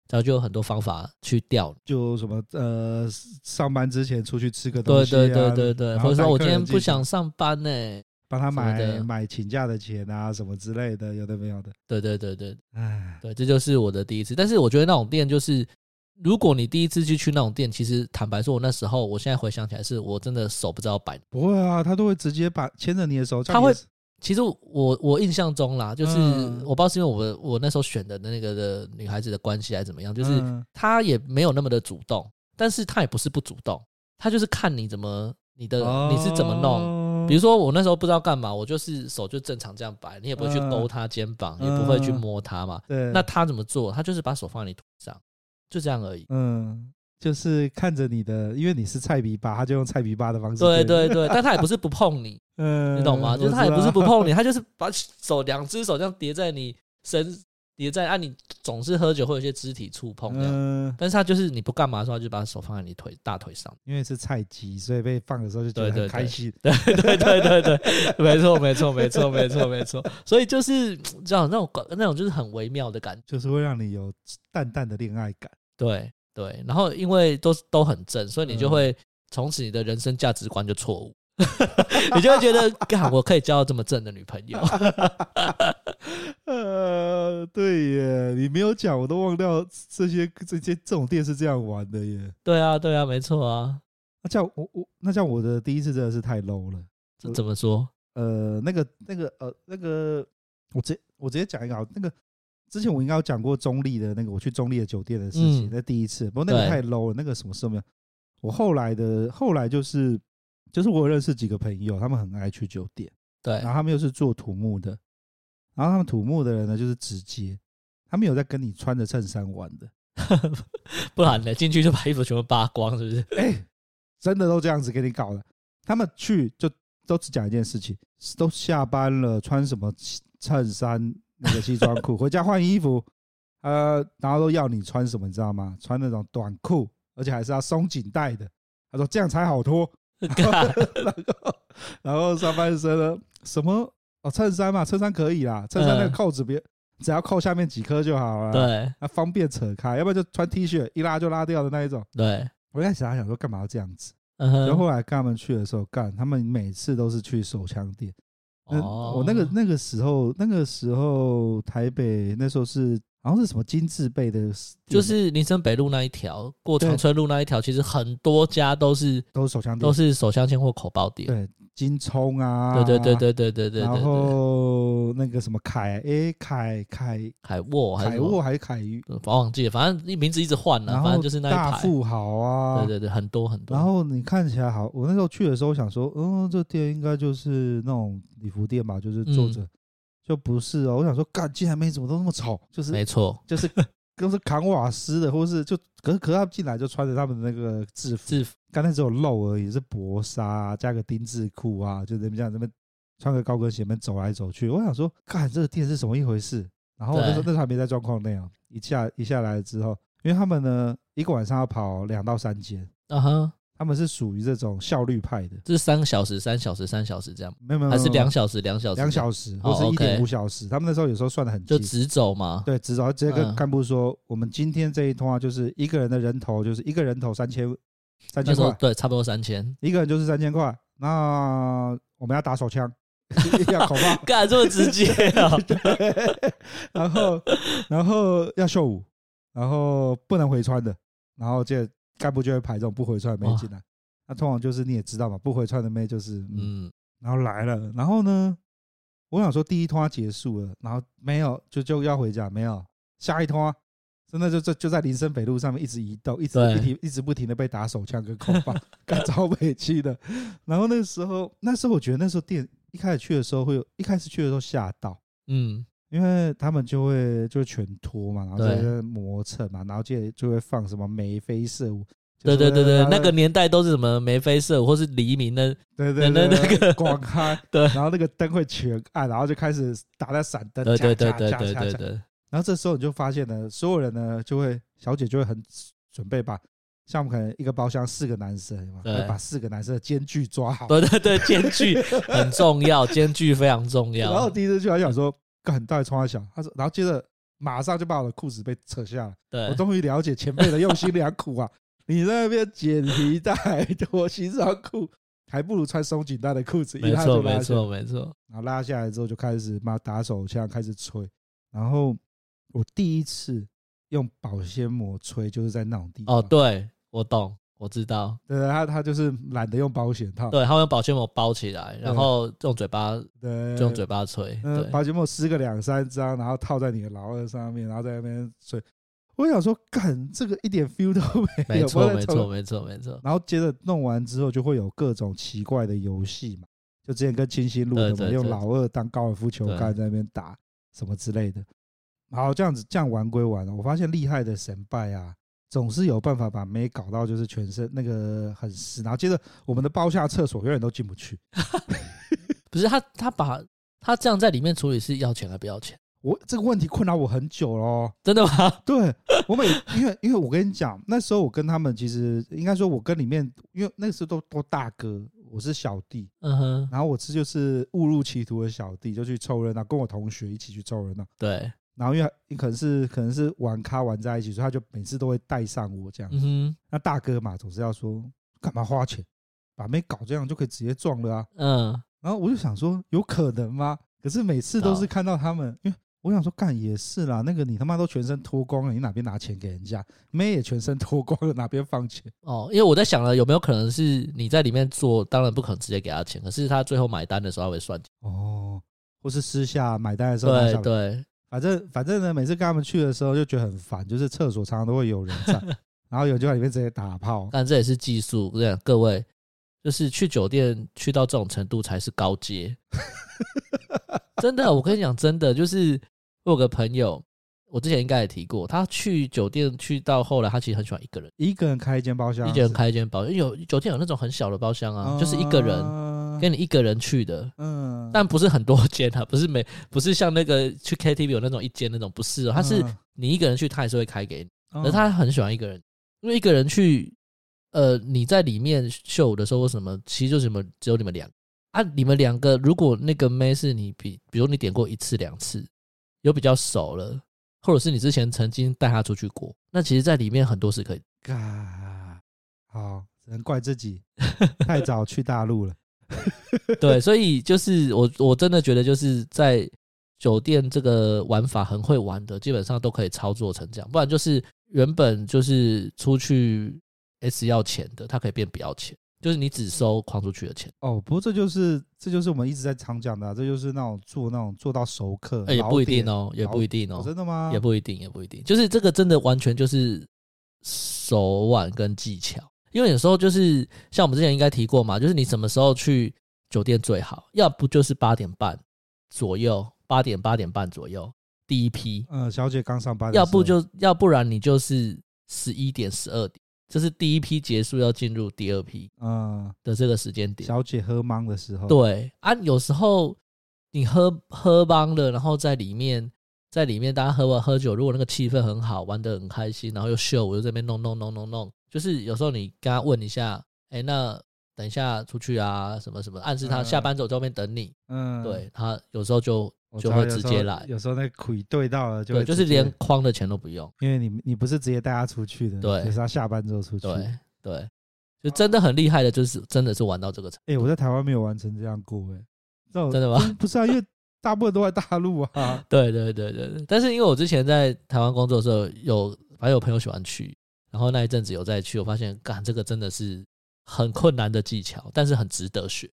[SPEAKER 2] 然后就有很多方法去钓你。
[SPEAKER 1] 就什么呃，上班之前出去吃个东
[SPEAKER 2] 对
[SPEAKER 1] 西、啊，
[SPEAKER 2] 对对对对，
[SPEAKER 1] 然
[SPEAKER 2] 或
[SPEAKER 1] 后
[SPEAKER 2] 者
[SPEAKER 1] 带
[SPEAKER 2] 说我
[SPEAKER 1] 客
[SPEAKER 2] 今天
[SPEAKER 1] 人进
[SPEAKER 2] 不
[SPEAKER 1] 行
[SPEAKER 2] 想上班呢、
[SPEAKER 1] 帮他
[SPEAKER 2] 什么
[SPEAKER 1] 买
[SPEAKER 2] 的
[SPEAKER 1] 买请假的钱啊，什么之类的，有的没有的。
[SPEAKER 2] 对对对对
[SPEAKER 1] 唉，
[SPEAKER 2] 对，这就是我的第一次。但是我觉得那种店就是，如果你第一次去去那种店，其实坦白说，我那时候我现在回想起来，是我真的手不知道摆。
[SPEAKER 1] 不会啊，他都会直接把牵着你的手，
[SPEAKER 2] 他会
[SPEAKER 1] 叫
[SPEAKER 2] 其实我我印象中啦，就是、
[SPEAKER 1] 嗯
[SPEAKER 2] 我不知道是因为我我那时候选的那个的女孩子的关系还是怎么样，
[SPEAKER 1] 你
[SPEAKER 2] 就
[SPEAKER 1] 手
[SPEAKER 2] 是
[SPEAKER 1] 嗯
[SPEAKER 2] 她也没有那么的主动，但是她也不是不主动，她就是看你怎么你的、呃
[SPEAKER 1] 哦
[SPEAKER 2] 你是怎么弄。
[SPEAKER 1] 弄
[SPEAKER 2] 比如说我那时候不知道干嘛，我就是手就正常这样摆，你也不会去
[SPEAKER 1] 嗯
[SPEAKER 2] 勾她肩膀，也不会去
[SPEAKER 1] 嗯
[SPEAKER 2] 摸她嘛。
[SPEAKER 1] 对，
[SPEAKER 2] 那他怎么做？他就是把手放在你腿上，就这样而已。
[SPEAKER 1] 嗯，就是看着你的，因为你是菜比巴，他就用菜比巴的方式。
[SPEAKER 2] 对
[SPEAKER 1] 对，
[SPEAKER 2] 对对，但他也不是不碰你，
[SPEAKER 1] 嗯，
[SPEAKER 2] 你懂吗？
[SPEAKER 1] 我
[SPEAKER 2] 就是他也不是
[SPEAKER 1] 知道
[SPEAKER 2] 不碰你，他就是把手两只手这样叠在你身，叠在啊，你总是喝酒会有一些肢体触碰这样。
[SPEAKER 1] 嗯，
[SPEAKER 2] 但是他就是你不干嘛的时候，他就把手放在你腿大腿上。
[SPEAKER 1] 因为是菜鸡，所以被放的时候就觉得
[SPEAKER 2] 对对
[SPEAKER 1] 很
[SPEAKER 2] 对
[SPEAKER 1] 开心。
[SPEAKER 2] 对对对对对，没错没错没错没错没错。 所以就是这样，那种那种就是很微妙的感觉。
[SPEAKER 1] 就是会让你有淡淡的恋爱感。
[SPEAKER 2] 对对，然后因为都是都很正，所以你就
[SPEAKER 1] 嗯
[SPEAKER 2] 会从此你的人生价值观就错误， 你就会觉得，干，我可以交到这么正的女朋友。
[SPEAKER 1] 呃，对耶，你没有讲，我都忘掉这些这些这种店是这样玩的耶。
[SPEAKER 2] 对啊，对啊，没错啊。
[SPEAKER 1] 那叫我我那叫我的第一次真的是太 low 了。
[SPEAKER 2] 这怎么说？
[SPEAKER 1] 呃，那个那个呃那个，我直接我直接讲一个好，那个之前我应该有讲过中立的那个我去中立的酒店的事情，
[SPEAKER 2] 嗯
[SPEAKER 1] 那第一次，不过那个
[SPEAKER 2] 对
[SPEAKER 1] 太 low 了，那个什么事都没有。我后来的后来就是就是我有认识几个朋友，他们很爱去酒店。
[SPEAKER 2] 对
[SPEAKER 1] 然后他们又是做土木的，然后他们土木的人呢就是直接，他们有在跟你穿着衬衫玩的，
[SPEAKER 2] 不然呢？进去就把衣服全部扒光，是不是？
[SPEAKER 1] 哎、真的都这样子给你搞的。他们去就都只讲一件事情，都下班了穿什么衬衫、那个西装裤，回家换衣服，呃，然后都要你穿什么，你知道吗？穿那种短裤，而且还是要松紧带的。他说这样才好脱，
[SPEAKER 2] 干
[SPEAKER 1] 然后然后上半身呢，什么哦衬衫嘛，衬衫可以啦，衬衫那个
[SPEAKER 2] 嗯
[SPEAKER 1] 扣子别、只要扣下面几颗就好了，，
[SPEAKER 2] 对
[SPEAKER 1] 那方便扯开，要不然就穿 T 恤一拉就拉掉的那一种。
[SPEAKER 2] 对，
[SPEAKER 1] 我一开始还想说干嘛要这样子，
[SPEAKER 2] 嗯
[SPEAKER 1] 然后
[SPEAKER 2] 哼。
[SPEAKER 1] 后来跟他们去的时候，干他们每次都是去手枪店。那
[SPEAKER 2] 哦
[SPEAKER 1] 我那个那个时候，那个时候台北那时候是好像是什么金字辈的店，
[SPEAKER 2] 就是林森北路那一条，过
[SPEAKER 1] 对
[SPEAKER 2] 长春路那一条，其实很多家都是
[SPEAKER 1] 都是手枪店，
[SPEAKER 2] 都是手枪店或口包店。
[SPEAKER 1] 对金葱啊，
[SPEAKER 2] 对对对对对对对
[SPEAKER 1] 然
[SPEAKER 2] 对。
[SPEAKER 1] 后那个什么凯诶凯凯
[SPEAKER 2] 凯哦沃还是
[SPEAKER 1] 凯
[SPEAKER 2] 什么
[SPEAKER 1] 沃还是凯宇，
[SPEAKER 2] 我忘记了，反正名字一直换了、
[SPEAKER 1] 然
[SPEAKER 2] 反
[SPEAKER 1] 后
[SPEAKER 2] 正就是那一
[SPEAKER 1] 大
[SPEAKER 2] 排。
[SPEAKER 1] 富豪啊，
[SPEAKER 2] 对对对，很多很多。
[SPEAKER 1] 然后你看起来好，我那时候去的时候想说，嗯，这店应该就是那种礼服店吧，就是坐
[SPEAKER 2] 嗯
[SPEAKER 1] 着，就不是哦。我想说，干，竟然没怎么都那么丑，就是
[SPEAKER 2] 没错，
[SPEAKER 1] 就是都是扛瓦斯的，或是就可是可是他们进来就穿着他们的那个制服，
[SPEAKER 2] 制服
[SPEAKER 1] 刚才只有露而已，是薄纱、啊加个丁字裤啊，就这么这样这边穿个高跟鞋，那边走来走去。我想说，看这个店是什么一回事？然后我那时候
[SPEAKER 2] 对
[SPEAKER 1] 那时候还没在状况内啊，一下一下来之后，因为他们呢一个晚上要跑两到三间，
[SPEAKER 2] 啊哈，
[SPEAKER 1] 他们是属于这种效率派的，
[SPEAKER 2] 这是三个小时、三小时、三小时这样，
[SPEAKER 1] 没有没有，
[SPEAKER 2] 还是两
[SPEAKER 1] 小
[SPEAKER 2] 小时、嗯两小时、
[SPEAKER 1] 两小时，
[SPEAKER 2] 哦
[SPEAKER 1] 或是一点
[SPEAKER 2] OK
[SPEAKER 1] 五小时？他们那时候有时候算的很
[SPEAKER 2] 就
[SPEAKER 1] 精，
[SPEAKER 2] 直走嘛？
[SPEAKER 1] 对，直接直接跟
[SPEAKER 2] 嗯
[SPEAKER 1] 干部说，我们今天这一通啊，就是一个人的人头就是一个人头三千三
[SPEAKER 2] 那
[SPEAKER 1] 千
[SPEAKER 2] 时候
[SPEAKER 1] 块，
[SPEAKER 2] 对，差不多三千。
[SPEAKER 1] 一个人就是三千块，那我们要打手枪， 要口爆，
[SPEAKER 2] 干这么直接 啊、
[SPEAKER 1] 然后然后要秀舞，然后不能回穿的，然后这干部就会排这种不回穿的妹进来。那通常就是你也知道嘛，不回穿的妹就是嗯，
[SPEAKER 2] 嗯，
[SPEAKER 1] 然后来了，然后呢，我想说第一通话结束了，然后没有就就要回家，没有下一通啊。真的就就就在林森北路上面一直移动，一直
[SPEAKER 2] 对
[SPEAKER 1] 不停一直不停的被打手枪跟空 棒，干超委屈的。然后那时候，那时候我觉得那时候店一开始去的时候会有，一开始去的时候吓到，
[SPEAKER 2] 嗯，
[SPEAKER 1] 因为他们就会就会全脱嘛，然后就
[SPEAKER 2] 对
[SPEAKER 1] 在磨蹭嘛，然后接着就会放什么眉飞色舞。就呃
[SPEAKER 2] 对
[SPEAKER 1] 是
[SPEAKER 2] 对对对，
[SPEAKER 1] 会
[SPEAKER 2] 那个年代都是什么眉飞色舞或是黎明的，
[SPEAKER 1] 对对对，
[SPEAKER 2] 那那那个
[SPEAKER 1] 广开，
[SPEAKER 2] 对
[SPEAKER 1] 然后那个灯会全暗，然后就开始打在闪灯，
[SPEAKER 2] 呃对对
[SPEAKER 1] 呃恰
[SPEAKER 2] 对
[SPEAKER 1] 恰
[SPEAKER 2] 对
[SPEAKER 1] 恰恰
[SPEAKER 2] 对对
[SPEAKER 1] 恰
[SPEAKER 2] 对，
[SPEAKER 1] 然后这时候你就发现呢，所有人呢就会，小姐就会很准备把，像我们可能一个包厢四个男生嘛，
[SPEAKER 2] 对
[SPEAKER 1] 会把四个男生的间距抓好。
[SPEAKER 2] 对对对，间距很重要，间距非常重
[SPEAKER 1] 然后
[SPEAKER 2] 要。
[SPEAKER 1] 第一次去还想说，干，你到底冲他小？他说，然后接着马上就把我的裤子被扯下来。
[SPEAKER 2] 对
[SPEAKER 1] 我，终于了解 前辈的用心良苦啊！你在那边剪皮带、脱西装裤，还不如穿松紧带的裤子，一
[SPEAKER 2] 没
[SPEAKER 1] 拉就拉
[SPEAKER 2] 错，没
[SPEAKER 1] 下来。
[SPEAKER 2] 错，没错。
[SPEAKER 1] 然后拉下来之后就开始妈打手枪，开始吹。然后我第一次用保鲜膜吹，就是在那种地方。
[SPEAKER 2] 哦，对，我懂，我知道。
[SPEAKER 1] 对，他他就是懒得用保险套，
[SPEAKER 2] 对，他会用保鲜膜包起来，然后用嘴巴
[SPEAKER 1] 对，
[SPEAKER 2] 就用嘴巴吹。
[SPEAKER 1] 呃，
[SPEAKER 2] 对，
[SPEAKER 1] 保鲜膜撕个两三张，然后套在你的老二上面，然后在那边吹。我想说，干这个一点 feel 都没
[SPEAKER 2] 没
[SPEAKER 1] 有，
[SPEAKER 2] 错，
[SPEAKER 1] 我在
[SPEAKER 2] 没
[SPEAKER 1] 抽
[SPEAKER 2] 错，没错，没错。
[SPEAKER 1] 然后接着弄完之后，就会有各种奇怪的游戏嘛，就之前跟清新录的
[SPEAKER 2] 对
[SPEAKER 1] 嘛，
[SPEAKER 2] 对
[SPEAKER 1] 用
[SPEAKER 2] 对
[SPEAKER 1] 老二当高尔夫球
[SPEAKER 2] 对
[SPEAKER 1] 杆在那边打什么之类的。好，这样子这样玩归玩哦，我发现厉害的神拜啊，总是有办法把妹搞到就是全身那个很湿，然后接着我们的包下厕所永远都进不去。
[SPEAKER 2] 不是他，他把他这样在里面处理是要钱还不要钱？
[SPEAKER 1] 我这个问题困扰我很久咯。
[SPEAKER 2] 真的吗？
[SPEAKER 1] 对我每因为因为我跟你讲，那时候我跟他们其实应该说，我跟里面因为那时候都都大哥，我是小弟，
[SPEAKER 2] 嗯哼，
[SPEAKER 1] 然后我这就是误入歧途的小弟，就去凑热闹，跟我同学一起去凑热闹。
[SPEAKER 2] 对，
[SPEAKER 1] 然后因为可能是可能是玩咖玩在一起，所以他就每次都会带上我这样。
[SPEAKER 2] 嗯哼，
[SPEAKER 1] 那大哥嘛，总是要说干嘛花钱，把妹搞这样就可以直接撞了啊。
[SPEAKER 2] 嗯，
[SPEAKER 1] 然后我就想说，有可能吗？可是每次都是
[SPEAKER 2] 好
[SPEAKER 1] 看到他们，因为我想说干也是啦，那个你他妈都全身脱光了，你哪边拿钱给人家？妹也全身脱光了，哪边放钱？
[SPEAKER 2] 哦，因为我在想了，有没有可能是你在里面做，当然不可能直接给他钱，可是他最后买单的时候他会算钱。
[SPEAKER 1] 哦，或是私下买单的时候拿
[SPEAKER 2] 对
[SPEAKER 1] 小
[SPEAKER 2] 对，
[SPEAKER 1] 反正反正呢，每次跟他们去的时候就觉得很烦，就是厕所常常都会有人 在，然后有人就在里面直接打炮。
[SPEAKER 2] 但这也是技术，我跟你讲各位，就是去酒店去到这种程度才是高阶。真的，我跟你讲，真的就是我有个朋友，我之前应该也提过，他去酒店去到后来，他其实很喜欢一个人，
[SPEAKER 1] 一个人开一间包厢，
[SPEAKER 2] 一个人开一间包厢，因为有酒店有那种很小的包厢啊，
[SPEAKER 1] 嗯
[SPEAKER 2] 就是一个人跟你一个人去的。
[SPEAKER 1] 呃嗯
[SPEAKER 2] 但不是很多 间啊，不是每不是像那个去 KTV 有那种一间那种，不是、哦，他是
[SPEAKER 1] 嗯
[SPEAKER 2] 你一个人去，他还是会开给你。
[SPEAKER 1] 嗯
[SPEAKER 2] 可是他很喜欢一个人，因为一个人去，呃，你在里面秀的时候，为什么其实就是你们只有你们两个啊，你们两个如果那个妹是你比，比如你点过一次两次，有比较熟了，或者是你之前曾经带她出去过，那其实在里面很多是可以，
[SPEAKER 1] 嘎好，只能怪自 己太早去大陆了。
[SPEAKER 2] 对，所以就是我我真的觉得就是在酒店这个玩法很会玩的，基本上都可以操作成这样，不然就是原本就是出去 S 要钱的，它可以变不要钱，就是你只收框出去的钱，
[SPEAKER 1] 哦，不过这就是这就是我们一直在常讲的啊、这就是那种做那种做到熟客，
[SPEAKER 2] 哎也
[SPEAKER 1] 老
[SPEAKER 2] 不一定
[SPEAKER 1] 点
[SPEAKER 2] 哦，也不一定哦，
[SPEAKER 1] 真的吗？
[SPEAKER 2] 也不一定，也不一定，就是这个真的完全就是手腕跟技巧，因为有时候就是像我们之前应该提过嘛，就是你什么时候去酒店最好，要不就是八点半左右，八点八点半左右第一批，
[SPEAKER 1] 嗯，小姐刚上班的时候，
[SPEAKER 2] 要不就要不然你就是十一点十二点，这是第一批结束要进入第二批
[SPEAKER 1] 嗯，
[SPEAKER 2] 的这个时间点。
[SPEAKER 1] 小姐喝懵的时候，
[SPEAKER 2] 对啊，有时候你喝喝帮了，然后在里面在里面大家喝完喝酒，如果那个气氛很好，玩的很开心，然后又秀，我又在那边弄弄弄弄弄，就是有时候你跟他问一下，哎、那等一下出去啊，什么什么，暗示他
[SPEAKER 1] 嗯
[SPEAKER 2] 下班走在外面等你，
[SPEAKER 1] 嗯，
[SPEAKER 2] 对他有时候就
[SPEAKER 1] 我知
[SPEAKER 2] 就
[SPEAKER 1] 道，
[SPEAKER 2] 会
[SPEAKER 1] 有
[SPEAKER 2] 直
[SPEAKER 1] 时
[SPEAKER 2] 接
[SPEAKER 1] 候
[SPEAKER 2] 来
[SPEAKER 1] 有时候那苦对到了就
[SPEAKER 2] 对，
[SPEAKER 1] 会
[SPEAKER 2] 就是
[SPEAKER 1] 直接
[SPEAKER 2] 连框的钱都不用，
[SPEAKER 1] 因为你你不是直接带他出去的，
[SPEAKER 2] 对
[SPEAKER 1] 可是他下班之后出去。
[SPEAKER 2] 对对，就真的很厉害的，就是真的是玩到这个程
[SPEAKER 1] 哎、我在台湾没有完成这样过、欸，哎，这种
[SPEAKER 2] 度，真的吗？。
[SPEAKER 1] 不是啊，因为大部分都在大陆啊
[SPEAKER 2] 对对对对对，但是因为我之前在台湾工作的时候，有反正有朋友喜欢去，然后那一阵子有再去，我发现干这个真的是很困难的技巧，但是很值得学。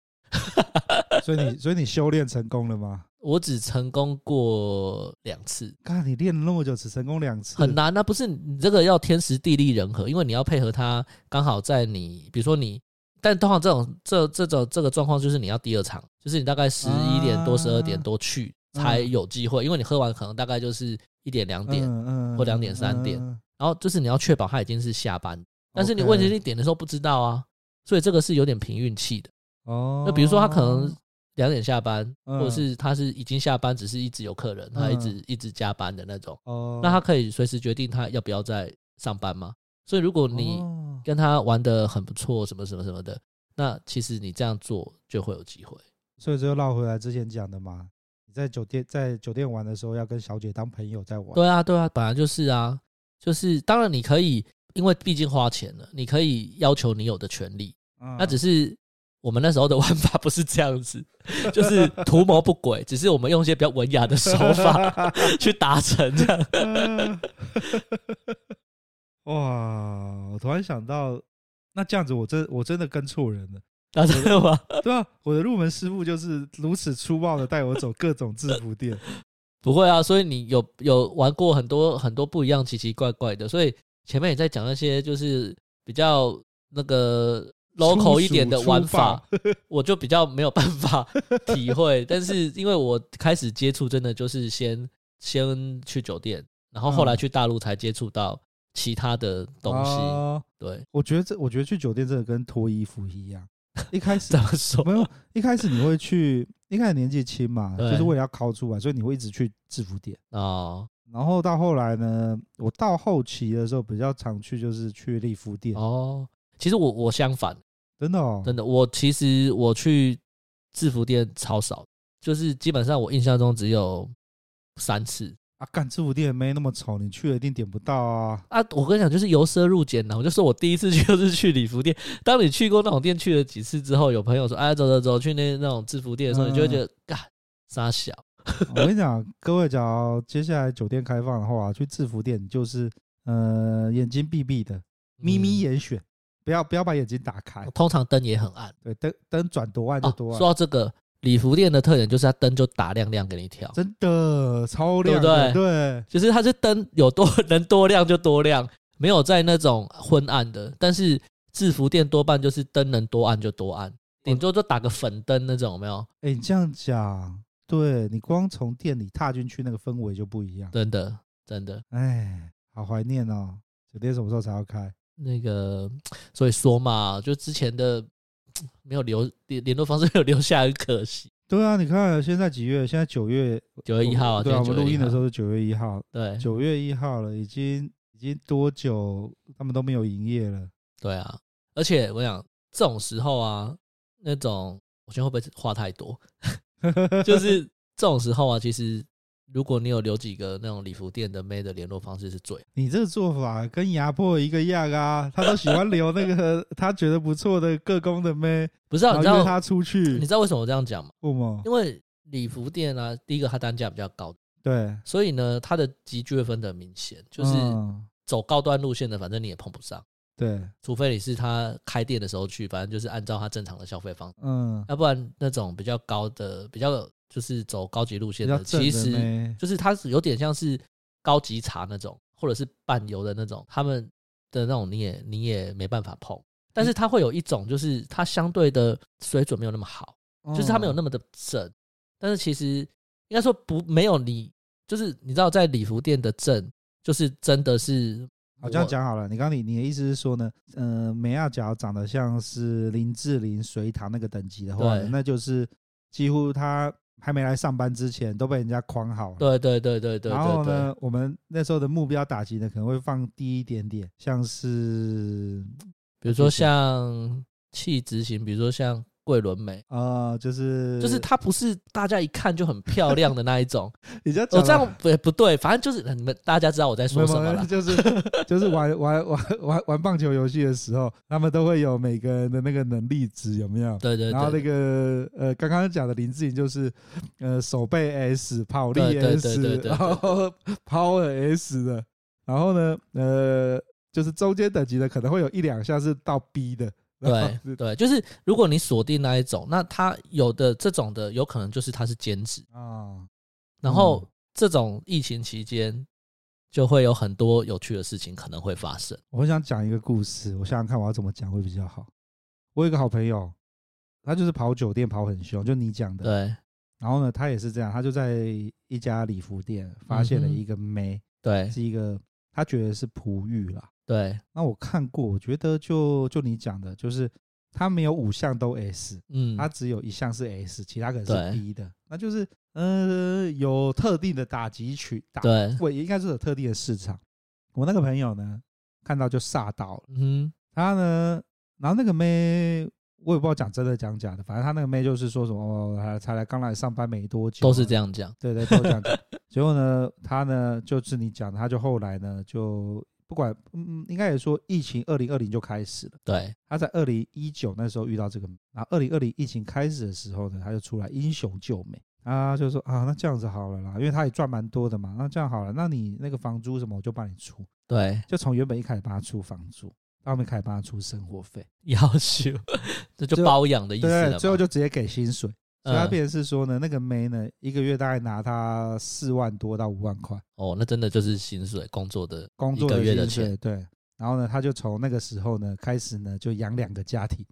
[SPEAKER 1] 所 以你所以你修炼成功了吗？
[SPEAKER 2] 我只成功过两次，
[SPEAKER 1] 看你练了那么久，只成功两次，
[SPEAKER 2] 很难那啊不是你这个要天时地利人和，因为你要配合他刚好在你，比如说你，但通常这种这这种这个状况就是你要第二场，就是你大概十一点多、
[SPEAKER 1] 啊
[SPEAKER 2] 十二点多去
[SPEAKER 1] 嗯
[SPEAKER 2] 才有机会，因为你喝完可能大概就是一点两
[SPEAKER 1] 嗯
[SPEAKER 2] 点，
[SPEAKER 1] 嗯
[SPEAKER 2] 或两点三点然后就是你要确保他已经是下班，但是你
[SPEAKER 1] OK
[SPEAKER 2] 问题是你点的时候不知道啊，所以这个是有点凭运气的。
[SPEAKER 1] 哦。
[SPEAKER 2] 那比如说他可能两点下班，
[SPEAKER 1] 嗯
[SPEAKER 2] 或者是他是已经下班，只是一直有客人，他一直
[SPEAKER 1] 嗯
[SPEAKER 2] 一直加班的那种，
[SPEAKER 1] 哦，
[SPEAKER 2] 那他可以随时决定他要不要再上班吗？所以如果你
[SPEAKER 1] 哦
[SPEAKER 2] 跟他玩的很不错，什么什么什么的，那其实你这样做就会有机会。
[SPEAKER 1] 所以这就绕回来之前讲的嘛。你在酒店在酒店玩的时候，要跟小姐当朋友在玩。
[SPEAKER 2] 对啊，对啊，本来就是啊，就是当然你可以，因为毕竟花钱了，你可以要求你有的权利，
[SPEAKER 1] 嗯，
[SPEAKER 2] 那只是我们那时候的玩法不是这样子， 就是图谋不轨，只是我们用一些比较文雅的手 法去达成这样。
[SPEAKER 1] 哇！我突然想到，那这样子我真我真的跟错人了，
[SPEAKER 2] 达成了吗？
[SPEAKER 1] 对啊，我的入门师傅就是如此粗暴的带我走各种制服店，
[SPEAKER 2] 不会啊，所以你有有玩过很多很多不一样奇奇怪怪的，所以前面也在讲那些就是比较那个 local 一点的玩法，我就比较没有办法体会。但是因为我开始接触，真的就是先先去酒店，然后后来
[SPEAKER 1] 嗯
[SPEAKER 2] 去大陆才接触到其他的 东西。
[SPEAKER 1] 哦
[SPEAKER 2] 对，
[SPEAKER 1] 我觉得这，我觉得去酒店真的跟脱衣服一样。一开始
[SPEAKER 2] 这么说
[SPEAKER 1] 没有，一开始你会去，一开始年纪轻嘛，
[SPEAKER 2] 对
[SPEAKER 1] 就是为了要考出来，所以你会一直去制服店。
[SPEAKER 2] 哦
[SPEAKER 1] 然后到后来呢，我到后期的时候比较常去，就是去礼服店，
[SPEAKER 2] 哦，其实我我相反，
[SPEAKER 1] 真的哦，
[SPEAKER 2] 真的，我其实我去制服店超少，就是基本上我印象中只有三次
[SPEAKER 1] 啊，干制服店没那么丑，你去了一定点不到啊。
[SPEAKER 2] 啊。我跟你讲，就是由奢入俭呐。我就说我第一次去就是去礼服店。当你去过那种店去了几次之后，有朋友说：“哎，走走走，去那那种制服店的时候，你就会
[SPEAKER 1] 嗯
[SPEAKER 2] 觉得，嘎、傻小。
[SPEAKER 1] 我跟你讲，各位，假如接下来酒店开放的话，去制服店你就是呃眼睛闭闭的，眯眯
[SPEAKER 2] 嗯
[SPEAKER 1] 眼选，不要不要把眼睛打开，
[SPEAKER 2] 通常灯也很暗
[SPEAKER 1] 对，灯哎灯转多暗就
[SPEAKER 2] 哦。
[SPEAKER 1] 多啊
[SPEAKER 2] 说
[SPEAKER 1] 暗。
[SPEAKER 2] 到这个礼服店的特点，就是它灯就打亮亮给你跳，
[SPEAKER 1] 真的超亮
[SPEAKER 2] 对
[SPEAKER 1] 的，
[SPEAKER 2] 不
[SPEAKER 1] 对
[SPEAKER 2] 就是它是灯有多能多亮就多亮，没有在那种昏暗的。但是制服店多半就是灯能多暗就多暗，顶多就打个粉灯那种，有没有？
[SPEAKER 1] 哎、你这样讲，对你光从店里踏进去，那个氛围就不一样。
[SPEAKER 2] 真的真的
[SPEAKER 1] 哎，好怀念哦！酒店什么时候才要开？
[SPEAKER 2] 那个，所以说嘛，就之前的没有留联联络方式没有留下来，很可惜。
[SPEAKER 1] 对啊，你看现在几月？现在九月
[SPEAKER 2] 九月一号啊，
[SPEAKER 1] 对啊，我
[SPEAKER 2] 今
[SPEAKER 1] 们录音
[SPEAKER 2] 天9月1
[SPEAKER 1] 的时
[SPEAKER 2] 号
[SPEAKER 1] 候是九月一号，
[SPEAKER 2] 对
[SPEAKER 1] 九月一号了，已经已经多久他们都没有营业了？
[SPEAKER 2] 对啊，而且我想这种时候啊，那种我觉得会不会话太多？ 就是这种时候啊，其实如果你有留几个那种礼服店的妹的联络方式是最好。
[SPEAKER 1] 你这个做法跟牙破一个样啊！他都喜欢留那个他觉得不错的各工的妹，
[SPEAKER 2] 不是、啊，
[SPEAKER 1] 然
[SPEAKER 2] 你
[SPEAKER 1] 后
[SPEAKER 2] 知
[SPEAKER 1] 约
[SPEAKER 2] 道
[SPEAKER 1] 他出
[SPEAKER 2] 你
[SPEAKER 1] 去
[SPEAKER 2] 知，道为什么我这样讲吗？
[SPEAKER 1] 不吗？
[SPEAKER 2] 因为礼服店啊，第一个它单价比较高，
[SPEAKER 1] 对，
[SPEAKER 2] 所以呢，它的集聚会分得很明显，就是
[SPEAKER 1] 嗯
[SPEAKER 2] 走高端路线的，反正你也碰不上，
[SPEAKER 1] 对，
[SPEAKER 2] 除非你是它开店的时候去，反正就是按照它正常的消费方式，
[SPEAKER 1] 嗯，
[SPEAKER 2] 要不然那种比较高的、比较就是走高级路
[SPEAKER 1] 比
[SPEAKER 2] 线
[SPEAKER 1] 较
[SPEAKER 2] 的，
[SPEAKER 1] 正
[SPEAKER 2] 其
[SPEAKER 1] 的
[SPEAKER 2] 实
[SPEAKER 1] 妹，
[SPEAKER 2] 就是它是有点像是高级茶那种，或者是伴游的那种，他们的那种你也你也没办法碰。但
[SPEAKER 1] 嗯
[SPEAKER 2] 是它会有一种，就是它相对的水准没有那么好，就是它没有那
[SPEAKER 1] 么
[SPEAKER 2] 么的正。但是其实应该说不没有你，就是你知道在礼服店的正，就是真的是
[SPEAKER 1] 好，这样
[SPEAKER 2] 我
[SPEAKER 1] 讲好了。你刚刚你你的意思是说呢，呃，梅亚角长得像是林志玲、隋唐那个等级的话呢
[SPEAKER 2] 对，
[SPEAKER 1] 那就是几乎他还没来上班之前都被人家框好了。
[SPEAKER 2] 对对对对对
[SPEAKER 1] 然后
[SPEAKER 2] 对对，
[SPEAKER 1] 呢，我们那时候的目标打击呢，可能会放低一点点，像是
[SPEAKER 2] 比如说像气质型，比如说像桂纶镁。
[SPEAKER 1] 呃，就是
[SPEAKER 2] 就是她不是大家一看就很漂亮的那 一种，
[SPEAKER 1] 比较
[SPEAKER 2] 哦我这样不不对，反正就是你们大家知道我在
[SPEAKER 1] 没
[SPEAKER 2] 说
[SPEAKER 1] 有
[SPEAKER 2] 什么
[SPEAKER 1] 啊没有
[SPEAKER 2] 了。
[SPEAKER 1] 就是就是玩玩玩玩玩棒球游戏的时候，他们都会有每个人的那个能力值，有没有？
[SPEAKER 2] 对对
[SPEAKER 1] 然后那
[SPEAKER 2] 对，
[SPEAKER 1] 个呃，刚刚讲的林志颖就是呃手背 S、跑力
[SPEAKER 2] 对对对
[SPEAKER 1] S，
[SPEAKER 2] 对对
[SPEAKER 1] 然后 Power S 的，然后呢呃就是中间等级的可能会有一两下是到 B 的， 然后
[SPEAKER 2] 对对，就是如果你锁定那一种，那他有的这种的有可能就是他是兼职，
[SPEAKER 1] 啊，
[SPEAKER 2] 然后
[SPEAKER 1] 嗯
[SPEAKER 2] 这种疫情期间就会有很多有趣的事情可能会发生。
[SPEAKER 1] 我很想讲一个故事，我想想看我要怎么讲会比较好。我有一个好朋友，他就是跑酒店跑很凶，就你讲的，
[SPEAKER 2] 对
[SPEAKER 1] 然后呢他也是这样，他就在一家礼服店发现了
[SPEAKER 2] 嗯哼
[SPEAKER 1] 一个妹，
[SPEAKER 2] 对
[SPEAKER 1] 是一个他觉得是璞玉啦。
[SPEAKER 2] 对，
[SPEAKER 1] 那我看过，我觉得就就你讲的，就是它没有五项都 S，
[SPEAKER 2] 嗯，
[SPEAKER 1] 它只有一项是 S，其他可能是
[SPEAKER 2] 对
[SPEAKER 1] B 的，那就是呃有特定的打击群，打
[SPEAKER 2] 对，
[SPEAKER 1] 我应该是有特定的市场。我那个朋友呢，看到就吓到了，
[SPEAKER 2] 嗯
[SPEAKER 1] 他呢，然后那个妹。我也不知道讲真的讲假的，反正他那个妹就是说什么，哦、她才来刚来上班没多
[SPEAKER 2] 哼，
[SPEAKER 1] 久，
[SPEAKER 2] 都是这样讲。
[SPEAKER 1] 对对，都这样子。结果呢，他呢，就是你讲的，他就后来呢，就不管嗯，应该也说疫情二零二零就开始了，
[SPEAKER 2] 对，
[SPEAKER 1] 他在二零一九那时候遇到这个，然后二零二零疫情开始的时候呢，他就出来英雄救美啊，就说啊，那这样子好了啦，因为他也赚蛮多的嘛，那这样好了，那你那个房租什么我就帮你出，
[SPEAKER 2] 对，
[SPEAKER 1] 就从原本一开始帮他出房租，到后面开始帮他出生活费，
[SPEAKER 2] 要求， 这就包养的意思了
[SPEAKER 1] 对，
[SPEAKER 2] 嘛。
[SPEAKER 1] 最后就直接给薪水。所以他
[SPEAKER 2] 嗯
[SPEAKER 1] 变成是说呢，那个妹呢，一个月大概拿他四万多到五万块
[SPEAKER 2] 哦，那真的就是薪水工作的
[SPEAKER 1] 工作
[SPEAKER 2] 一个月的
[SPEAKER 1] 薪水，对。然后呢，他就从那个时候呢开始呢，就养两个家 庭，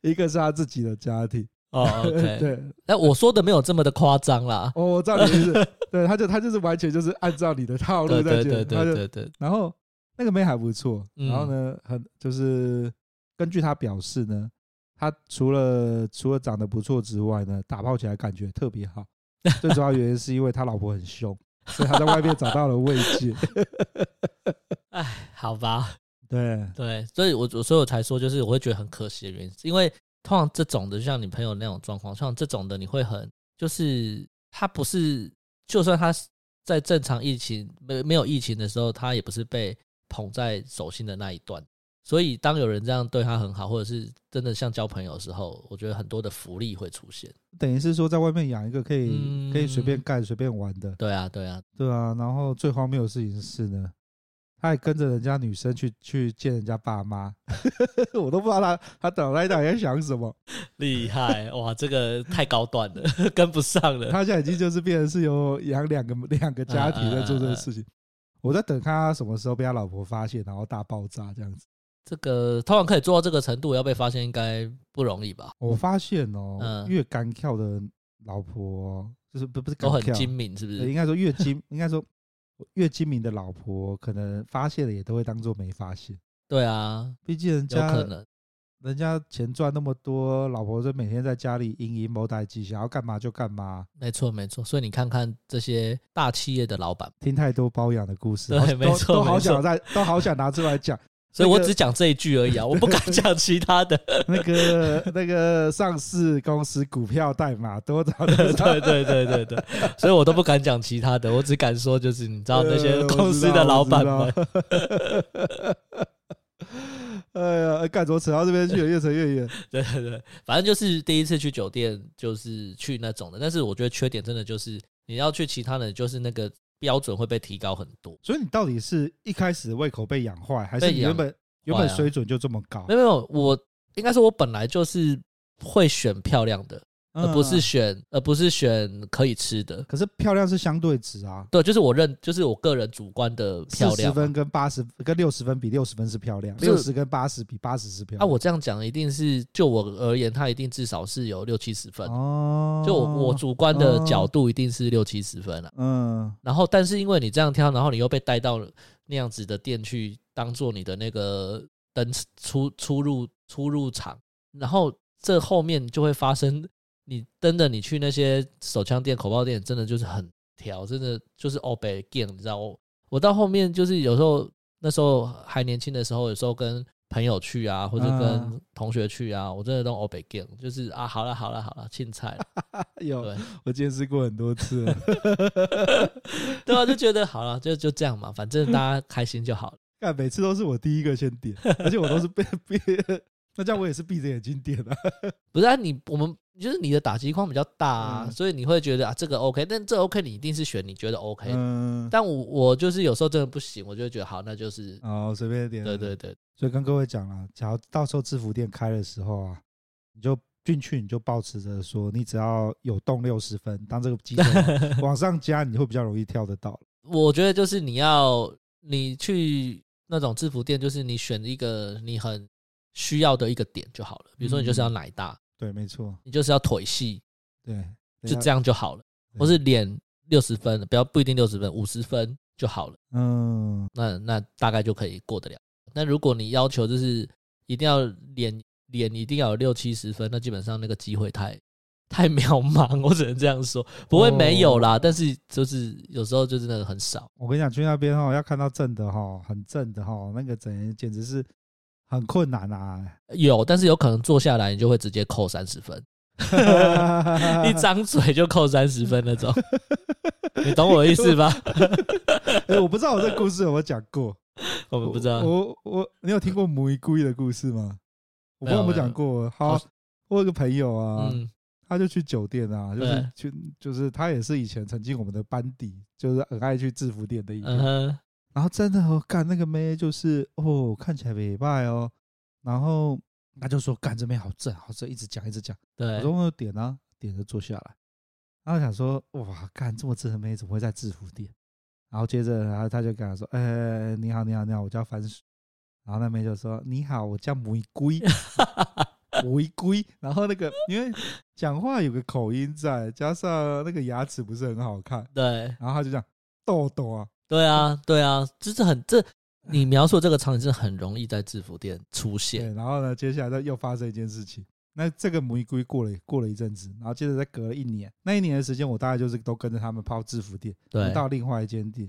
[SPEAKER 1] 一个是他自己的家庭，
[SPEAKER 2] 哦，OK。
[SPEAKER 1] 对，
[SPEAKER 2] 那我说的没有这么的夸张啦。
[SPEAKER 1] 哦，我知道你的意思，对，他就他就是完全就是按照你的套路
[SPEAKER 2] 对
[SPEAKER 1] 在
[SPEAKER 2] 对
[SPEAKER 1] 讲，
[SPEAKER 2] 对
[SPEAKER 1] 他
[SPEAKER 2] 对
[SPEAKER 1] 就
[SPEAKER 2] 对对，
[SPEAKER 1] 然后那个妹还不错，
[SPEAKER 2] 嗯
[SPEAKER 1] 然后呢，很就是根据她表示呢，她除了除了长得不错之外呢，打炮起来感觉特别好。最主要原因是因为他老婆很凶，所以他在外面找到了慰 藉。
[SPEAKER 2] 好吧，
[SPEAKER 1] 对，
[SPEAKER 2] 对，所以我我所以我才说，就是我会觉得很可惜的原因，是因为通常这种的，就像你朋友那种状况，像这种的，你会很就是他不是，就算他在正常疫情没没有疫情的时候，他也不是被捧在手心的那一段。所以，当有人这样对他很好，或者是真的像交朋友的时候，我觉得很多的福利会出现。
[SPEAKER 1] 等于是说在外面养一个可以、
[SPEAKER 2] 嗯
[SPEAKER 1] 可以随便干随便玩的，
[SPEAKER 2] 对啊，对啊，
[SPEAKER 1] 对啊。然后最荒谬的事情是呢，他还跟着人家女生去去见人家爸妈， 我都不知道他他脑袋到底在想什么。
[SPEAKER 2] 厉害哇！这个太高端了， 跟不上了。
[SPEAKER 1] 他现在已经就是变成是有养两个两个家庭在做这个事 情。我在等他什么时候被他老婆发现，然后大爆炸这样子。
[SPEAKER 2] 这个通常可以做到这个程度，要被发现应该不容易吧？
[SPEAKER 1] 我发现哦，
[SPEAKER 2] 嗯
[SPEAKER 1] 越干跳的老婆，就是不不是干
[SPEAKER 2] 都很
[SPEAKER 1] 跳，
[SPEAKER 2] 精明，是不
[SPEAKER 1] 呃应
[SPEAKER 2] 是？
[SPEAKER 1] 该说越精， 应该说越精明的老婆，可能发现了也都会当做没发现。
[SPEAKER 2] 对啊，
[SPEAKER 1] 毕竟人
[SPEAKER 2] 有
[SPEAKER 1] 家
[SPEAKER 2] 可能。
[SPEAKER 1] 人家钱赚那么多，老婆就每天在家里阴阴谋代计，想要干嘛就干嘛。
[SPEAKER 2] 没错，没错。所以你看看这些大企业的老板，
[SPEAKER 1] 听太多包养的故事，
[SPEAKER 2] 对
[SPEAKER 1] 好都
[SPEAKER 2] 没错
[SPEAKER 1] 都好
[SPEAKER 2] 没错
[SPEAKER 1] 想在，都好想拿出来讲。
[SPEAKER 2] 所以我
[SPEAKER 1] 这个
[SPEAKER 2] 只讲这一句而 已啊，我不敢讲其他的。
[SPEAKER 1] 那个那个上市公司股票代码多少多少？
[SPEAKER 2] 对对对对对，所以我都不敢讲其他的，我只敢说就是你知道那些
[SPEAKER 1] 呃
[SPEAKER 2] 公司的老板。
[SPEAKER 1] 我
[SPEAKER 2] 们
[SPEAKER 1] 知，道我知道 哎呀，干怎么扯到这边去了？越扯越远。
[SPEAKER 2] 对对对，反正就是第一次去酒店就是去那种的，但是我觉得缺点真的就是你要去其他的，就是那个标准会被提高很多。
[SPEAKER 1] 所以你到底是一开始胃口被养坏，还是
[SPEAKER 2] 被
[SPEAKER 1] 你
[SPEAKER 2] 养
[SPEAKER 1] 原本原本
[SPEAKER 2] 坏啊
[SPEAKER 1] 水准就这么高
[SPEAKER 2] 没？有没有，我应该说，我本来就是会选漂亮的，而呃不是
[SPEAKER 1] 嗯，
[SPEAKER 2] 选，而不是选可以吃的。
[SPEAKER 1] 可是漂亮是相对值啊，
[SPEAKER 2] 对，就是我认，就是我个人主观的漂
[SPEAKER 1] 四十
[SPEAKER 2] 亮
[SPEAKER 1] 分
[SPEAKER 2] 嘛。
[SPEAKER 1] 跟八十跟六十分比，六十分是漂亮，
[SPEAKER 2] 不是
[SPEAKER 1] 六十跟八十比，八十是漂
[SPEAKER 2] 啊，
[SPEAKER 1] 亮。
[SPEAKER 2] 我这样讲一定是就我而言，它一定至少是有六七十分。
[SPEAKER 1] 哦，
[SPEAKER 2] 就我我主观的角度，一定是六七十分了、啊
[SPEAKER 1] 嗯。
[SPEAKER 2] 然后，但是因为你这样挑，然后你又被带到那样子的店去，当做你的那个登出出入出入场，然后这后面就会发生，你真的你去那些手枪店、口爆店，真的就是很挑，真的就是哦北 game，你知道我我到后面就是有时候那时候还年轻的时候，有时候跟朋友去啊，或者
[SPEAKER 1] 嗯
[SPEAKER 2] 跟同学去啊，我真的都哦北 game，就是啊好了好了好了，青菜了，
[SPEAKER 1] 有
[SPEAKER 2] 对，
[SPEAKER 1] 我见识过很多次了。
[SPEAKER 2] 对啊，就觉得好了，就就这样嘛，反
[SPEAKER 1] 嗯
[SPEAKER 2] 正大家开心就好了。
[SPEAKER 1] 干，每次都是我第一个先点，而且我都是被被，那这样我也是闭着眼睛点的、啊。
[SPEAKER 2] 不是啊，你我们就是你的打击框比较大、啊，
[SPEAKER 1] 嗯
[SPEAKER 2] 所以你会觉得啊这个 OK，但这 OK 你一定是选你觉得 OK 的。
[SPEAKER 1] 嗯，
[SPEAKER 2] 但我我就是有时候真的不行，我就会觉得好，那就是、
[SPEAKER 1] 哦，随便点。
[SPEAKER 2] 对。对对，
[SPEAKER 1] 所以跟各位讲了，假如到时候制服店开的时候啊，你就进去，你就保持着说，你只要有动六十分，当这个基 准往上加，你会比较容易跳得到。
[SPEAKER 2] 我觉得就是你要你去那种制服店，就是你选一个你很需要的一个点就好了。比如说你就是
[SPEAKER 1] 嗯
[SPEAKER 2] 要奶大，
[SPEAKER 1] 对，没错，
[SPEAKER 2] 你就是要腿细，
[SPEAKER 1] 对，啊
[SPEAKER 2] 就这。样就好了。
[SPEAKER 1] 对
[SPEAKER 2] 或是脸六十分，不要不一定六十分，五十分就好了。
[SPEAKER 1] 嗯，
[SPEAKER 2] 那那大概就可以过得了。那如果你要求就是一定要脸脸一定要有六七十分，那基本上那个机会太太渺茫，我只能这样说，不会没有
[SPEAKER 1] 哦
[SPEAKER 2] 啦，但是就是有时候就真的很少。
[SPEAKER 1] 我跟你讲，去那边哈、哦要看到正的哈、很正的哈、那个整简直是很困难啊。
[SPEAKER 2] 有，但是有可能坐下来你就会直接扣三十分，
[SPEAKER 1] 啊
[SPEAKER 2] 一张嘴就扣三十分那种，你懂我意思吧？
[SPEAKER 1] 哎，我不知道我这故事有没有讲过，
[SPEAKER 2] 我们不知道，
[SPEAKER 1] 我我你有听过母一故意的故事吗？我不知道有没有讲过。好
[SPEAKER 2] 好，
[SPEAKER 1] 我有个朋友啊，
[SPEAKER 2] 嗯，
[SPEAKER 1] 他就去酒店啊，就是
[SPEAKER 2] 对
[SPEAKER 1] 去就是他也是以前曾经我们的班底，就是很爱去制服店的一个。
[SPEAKER 2] 嗯哼，
[SPEAKER 1] 然后真的哦，干那个妹就是哦，看起来美败哦，然后他就说干这妹好正好正，一直讲一直讲。我
[SPEAKER 2] 对
[SPEAKER 1] 说，我有点啊，点就坐下来。然后想说哇，干这么正的妹怎么会在制服店？然后接着然后他就跟他说，哎、你好你好你好，我叫番薯。然后那妹就说你好，我叫玫瑰。玫瑰，然后那个因为讲话有个口音在，加上那个牙齿不是很好看，
[SPEAKER 2] 对，
[SPEAKER 1] 然后他就讲豆豆啊，
[SPEAKER 2] 对啊，对啊，这是很这你描述这个场景是很容易在制服店出现，
[SPEAKER 1] 对，然后呢，接下来再又发生一件事情。那这个玫瑰过了过了一阵子，然后接着再隔了一年，那一年的时间，我大概就是都跟着他们泡制服店，
[SPEAKER 2] 对
[SPEAKER 1] 到另外一间店，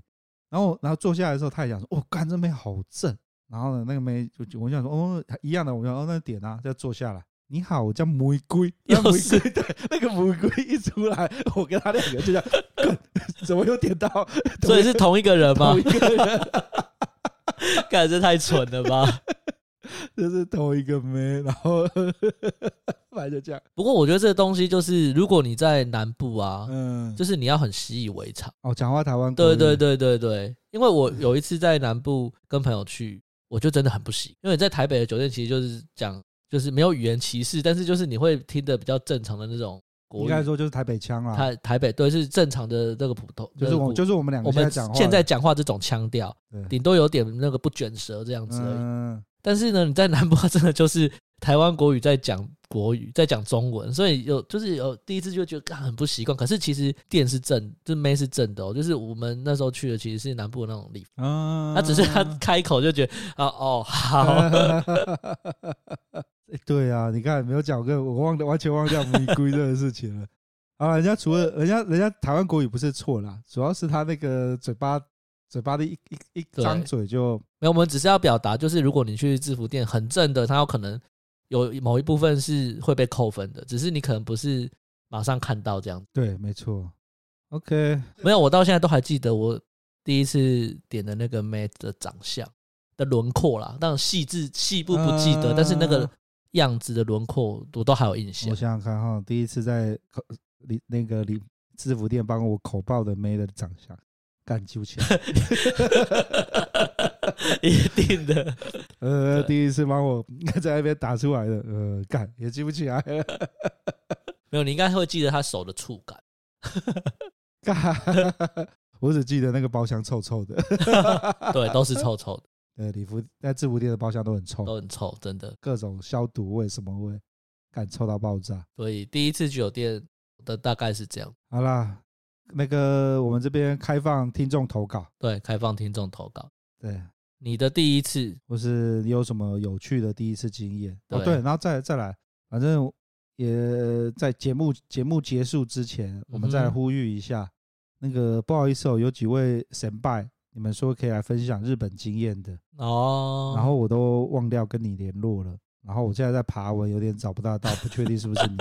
[SPEAKER 1] 然后然后坐下来的时候，他也讲说：“哦，干这妹好正。”然后呢，那个妹就就我想说：“哦，一样的。”我想：“哦，那点啊，再坐下来。”你好，我叫玫瑰。那
[SPEAKER 2] 又
[SPEAKER 1] 玫
[SPEAKER 2] 是
[SPEAKER 1] 瑰对那个玫瑰一出来，我跟他两个就讲：“干怎么又点到？”
[SPEAKER 2] 所以是同一个人吗
[SPEAKER 1] 同一？个人，
[SPEAKER 2] 感觉太蠢了吧？
[SPEAKER 1] 就是同一个妹，然后反正就这样，
[SPEAKER 2] 不过我觉得这个东西就是，如果你在南部啊，
[SPEAKER 1] 嗯，
[SPEAKER 2] 就是你要很习以为常。
[SPEAKER 1] 哦，讲话台湾国
[SPEAKER 2] 对
[SPEAKER 1] 语
[SPEAKER 2] 对，对对对，因为我有一次在南部跟朋友去，我就真的很不行，因为在台北的酒店其实就是讲，就是没有语言歧视，但是就是你会听的比较正常的那种
[SPEAKER 1] 应
[SPEAKER 2] 国语
[SPEAKER 1] 该。说就是台北腔啦，
[SPEAKER 2] 台台北对是正常的那个普通，
[SPEAKER 1] 就是我
[SPEAKER 2] 那个
[SPEAKER 1] 就是我们两个
[SPEAKER 2] 我
[SPEAKER 1] 现在
[SPEAKER 2] 们
[SPEAKER 1] 讲话，
[SPEAKER 2] 现在讲话这种腔调
[SPEAKER 1] 对，
[SPEAKER 2] 顶多有点那个不卷舌这样子而已。
[SPEAKER 1] 嗯，
[SPEAKER 2] 但是呢，你在南部真的就是台湾国语在讲国语，在讲中文，所以有就是有第一次就觉得干很不习惯。可是其实店是正，就是妹是正的哦，就是我们那时候去的其实是南部的那种地
[SPEAKER 1] 嗯，
[SPEAKER 2] 方，他只是他开口就觉得啊哦好，
[SPEAKER 1] 欸对啊，你看没有讲过，我忘了完全忘掉玫瑰这个事情了。 啊，人家除了人家人家台湾国语不是错啦，主要是他那个嘴巴嘴巴的一一一
[SPEAKER 2] 对
[SPEAKER 1] 张嘴就
[SPEAKER 2] 没有，我们只是要表达，就是如果你去制服店很正的，它有可能有某一部分是会被扣分的，只是你可能不是马上看到这样。
[SPEAKER 1] 对，没错。OK，
[SPEAKER 2] 没有，我到现在都还记得我第一次点的那个妹的长相的轮廓啦，但细致细部不记
[SPEAKER 1] 嗯
[SPEAKER 2] 得，但是那个样子的轮廓我都还有印
[SPEAKER 1] 我
[SPEAKER 2] 象
[SPEAKER 1] 想。想看哈，第一次在口里那个里制服店帮我口爆的妹的长相，干揪起来。
[SPEAKER 2] 一定的，
[SPEAKER 1] 呃，第一次帮我 在那边打出来的，呃，干也记不起来了，
[SPEAKER 2] 没有，你应该会记得她手的触 感。
[SPEAKER 1] 干， 我只记得那个包厢臭臭的，
[SPEAKER 2] 对，都是臭臭的，
[SPEAKER 1] 呃，礼服在制服店的包厢都很
[SPEAKER 2] 都
[SPEAKER 1] 臭，
[SPEAKER 2] 很臭，真的。
[SPEAKER 1] 各种消毒味什么味，干臭到爆炸。
[SPEAKER 2] 所以第一次去酒店的大概是这样。
[SPEAKER 1] 好啦，那个我们这边开放听众投稿，
[SPEAKER 2] 对，开放听众投稿，
[SPEAKER 1] 对，
[SPEAKER 2] 你的第一次，
[SPEAKER 1] 或是你有什么有趣的第一次经验？哦，
[SPEAKER 2] 对
[SPEAKER 1] 对，然后再再来，反正也在节目节目结束之前，我们再来
[SPEAKER 2] 嗯哼
[SPEAKER 1] 呼吁一下，那个不好意思哦，有几位神拜，你们说可以来分享日本经验的，
[SPEAKER 2] 哦，
[SPEAKER 1] 然后我都忘掉跟你联络了，然后我现在在爬文，有点找不大到，不确定是不是 你。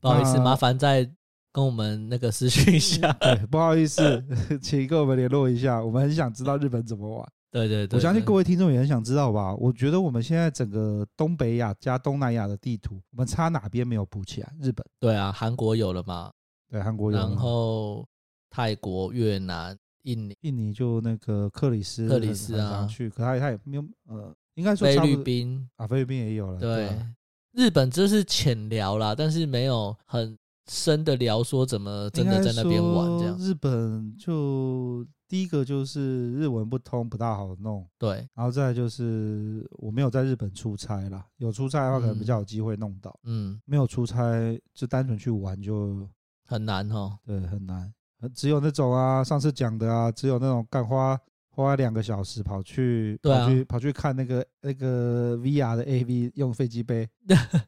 [SPEAKER 2] 不好意思，
[SPEAKER 1] 那嗯
[SPEAKER 2] 麻烦再跟我们那个私讯一下。
[SPEAKER 1] 对，不好意思， 请跟我们联络一下，我们很想知道日本怎么玩。
[SPEAKER 2] 对对对，
[SPEAKER 1] 我相信
[SPEAKER 2] 对
[SPEAKER 1] 各位听众也很想知道吧？我觉得我们现在整个东北亚加东南亚的地图，我们差哪边没有补起来？日本
[SPEAKER 2] 对啊，韩国有了嘛，
[SPEAKER 1] 对韩国有吗，
[SPEAKER 2] 然后泰国、越南、印尼、
[SPEAKER 1] 印尼就那个克里斯，
[SPEAKER 2] 克里斯啊
[SPEAKER 1] 很常去，可他他也没有呃，应该说
[SPEAKER 2] 菲
[SPEAKER 1] 差不
[SPEAKER 2] 律
[SPEAKER 1] 多
[SPEAKER 2] 宾，
[SPEAKER 1] 啊，菲律宾也有了，对
[SPEAKER 2] 对
[SPEAKER 1] 啊，
[SPEAKER 2] 日本就是浅聊啦，但是没有很深的聊说怎么真
[SPEAKER 1] 应
[SPEAKER 2] 的
[SPEAKER 1] 该
[SPEAKER 2] 在那边玩
[SPEAKER 1] 说
[SPEAKER 2] 这样。
[SPEAKER 1] 日本就第一个就是日文不通，不大好弄。
[SPEAKER 2] 对，
[SPEAKER 1] 然后再来就是我没有在日本出差啦，有出差的话可能比较有机会弄到，
[SPEAKER 2] 嗯，
[SPEAKER 1] 没有出差就单纯去玩就
[SPEAKER 2] 很难哦。
[SPEAKER 1] 对，很难。呃只有那种啊，上次讲的啊，只有那种干花花两个小时跑去、
[SPEAKER 2] 对啊
[SPEAKER 1] 跑去跑去看那个那个 VR 的 AV 用飞机 杯，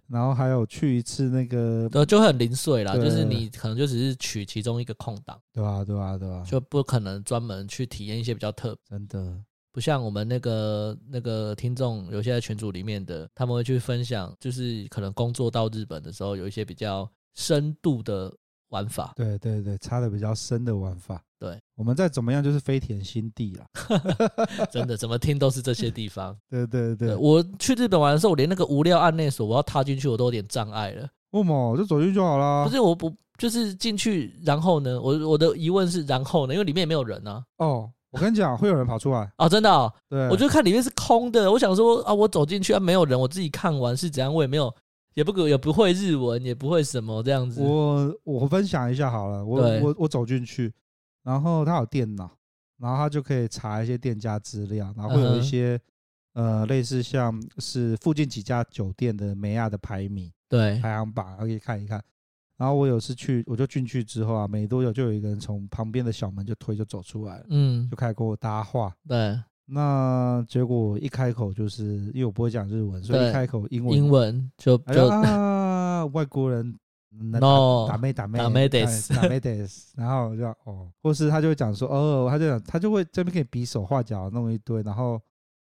[SPEAKER 1] 然后还有去一次那个
[SPEAKER 2] 对，就很零碎啦，
[SPEAKER 1] 对
[SPEAKER 2] 就是你可能就只是取其中一个空档，
[SPEAKER 1] 啊对吧、对吧、对吧、
[SPEAKER 2] 就不可能专门去体验一些比较特别。
[SPEAKER 1] 真的，
[SPEAKER 2] 不像我们那个那个听众，有些在群组里面的，他们会去分享，就是可能工作到日本的时候，有一些比较深度的 玩法。
[SPEAKER 1] 对对对，插的比较深的玩法。
[SPEAKER 2] 对，
[SPEAKER 1] 我们再怎么样就是飞田新地啦。
[SPEAKER 2] 真的，怎么听都是这些地方。
[SPEAKER 1] 对对对
[SPEAKER 2] 对，我去日本玩的时候，我连那个无料案内所，我要踏进去，我都有点障碍了。
[SPEAKER 1] 为么就走进去就好啦
[SPEAKER 2] 不。是，我不就是进去，然后呢？我我的疑问是，然后呢？因为里面也没有人啊。
[SPEAKER 1] 哦，我跟你讲，会有人跑出来。
[SPEAKER 2] 哦，真的、哦，
[SPEAKER 1] 对，
[SPEAKER 2] 我就看里面是空的，我想说啊，我走进去啊，没有人，我自己看完是怎样，我也没有，也不也不会日文，也不会什么这样子。
[SPEAKER 1] 我我分享一下好了，我
[SPEAKER 2] 对
[SPEAKER 1] 我我走进去，然后他有电脑，然后他就可以查一些店家资料，然后会有
[SPEAKER 2] 嗯
[SPEAKER 1] 一
[SPEAKER 2] 哼
[SPEAKER 1] 些、呃类似像是附近几家酒店的美亚的排名
[SPEAKER 2] 对，
[SPEAKER 1] 排行榜，然后可以看一看。然后我有次去，我就进去之后啊，没多久就有一个人从旁边的小门就推就走出来了，
[SPEAKER 2] 嗯
[SPEAKER 1] 就，开始跟我搭话。
[SPEAKER 2] 对，
[SPEAKER 1] 那结果我一开口就是因为我不会讲日文，所以
[SPEAKER 2] 对
[SPEAKER 1] 一开口英文
[SPEAKER 2] 英文就
[SPEAKER 1] 他就
[SPEAKER 2] 就
[SPEAKER 1] 啊，外国人那
[SPEAKER 2] No，
[SPEAKER 1] 打妹打妹
[SPEAKER 2] 打妹得死
[SPEAKER 1] 打妹得死，然后我就哦，或是他就会讲说哦，他就讲他就会这边可以比手画脚弄一堆，然后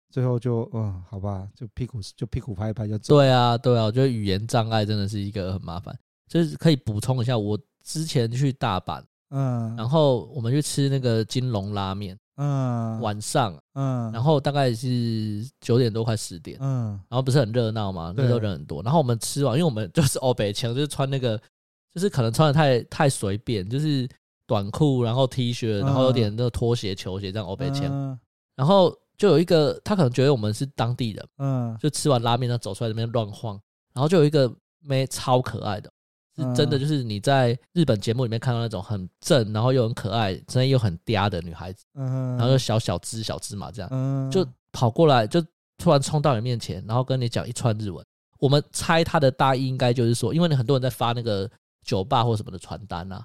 [SPEAKER 1] 最后就嗯，好吧，就屁股就屁股拍一拍就走。
[SPEAKER 2] 对啊，对啊，我觉得语言障碍真的是一个很麻烦。就是可以补充一下，我之前去大阪，
[SPEAKER 1] 嗯
[SPEAKER 2] 然后我们去吃那个金龙拉面，
[SPEAKER 1] 嗯
[SPEAKER 2] 晚上，
[SPEAKER 1] 嗯，
[SPEAKER 2] 然
[SPEAKER 1] 后
[SPEAKER 2] 后大概是九点多快十点，
[SPEAKER 1] 嗯
[SPEAKER 2] 然后不是很热闹嘛，那时候
[SPEAKER 1] 对
[SPEAKER 2] 人很多。然后我们吃完，因为我们 就是欧北腔，就是穿那个，就是可能穿的太太随便，就是短裤，然后 T 恤，然后有点那个拖鞋、球鞋这样欧北腔。
[SPEAKER 1] 嗯
[SPEAKER 2] 然后就有一个他可能觉得我们是当地人，
[SPEAKER 1] 嗯
[SPEAKER 2] 就吃完拉面，然后走出来那边乱晃，然后就有一个妹超可爱的。是真的，
[SPEAKER 1] 嗯
[SPEAKER 2] 就是你在日本节目里面看到那种很正，然后又很可爱，真的又很嗲的女孩子，
[SPEAKER 1] 嗯，
[SPEAKER 2] 然后就小小只小芝麻这样，
[SPEAKER 1] 嗯
[SPEAKER 2] 就跑过来，就突然冲到你面前，然后跟你讲一串日文。我们猜他的大意应该就是说，因为你很多人在发那个酒吧或什么的传单啊，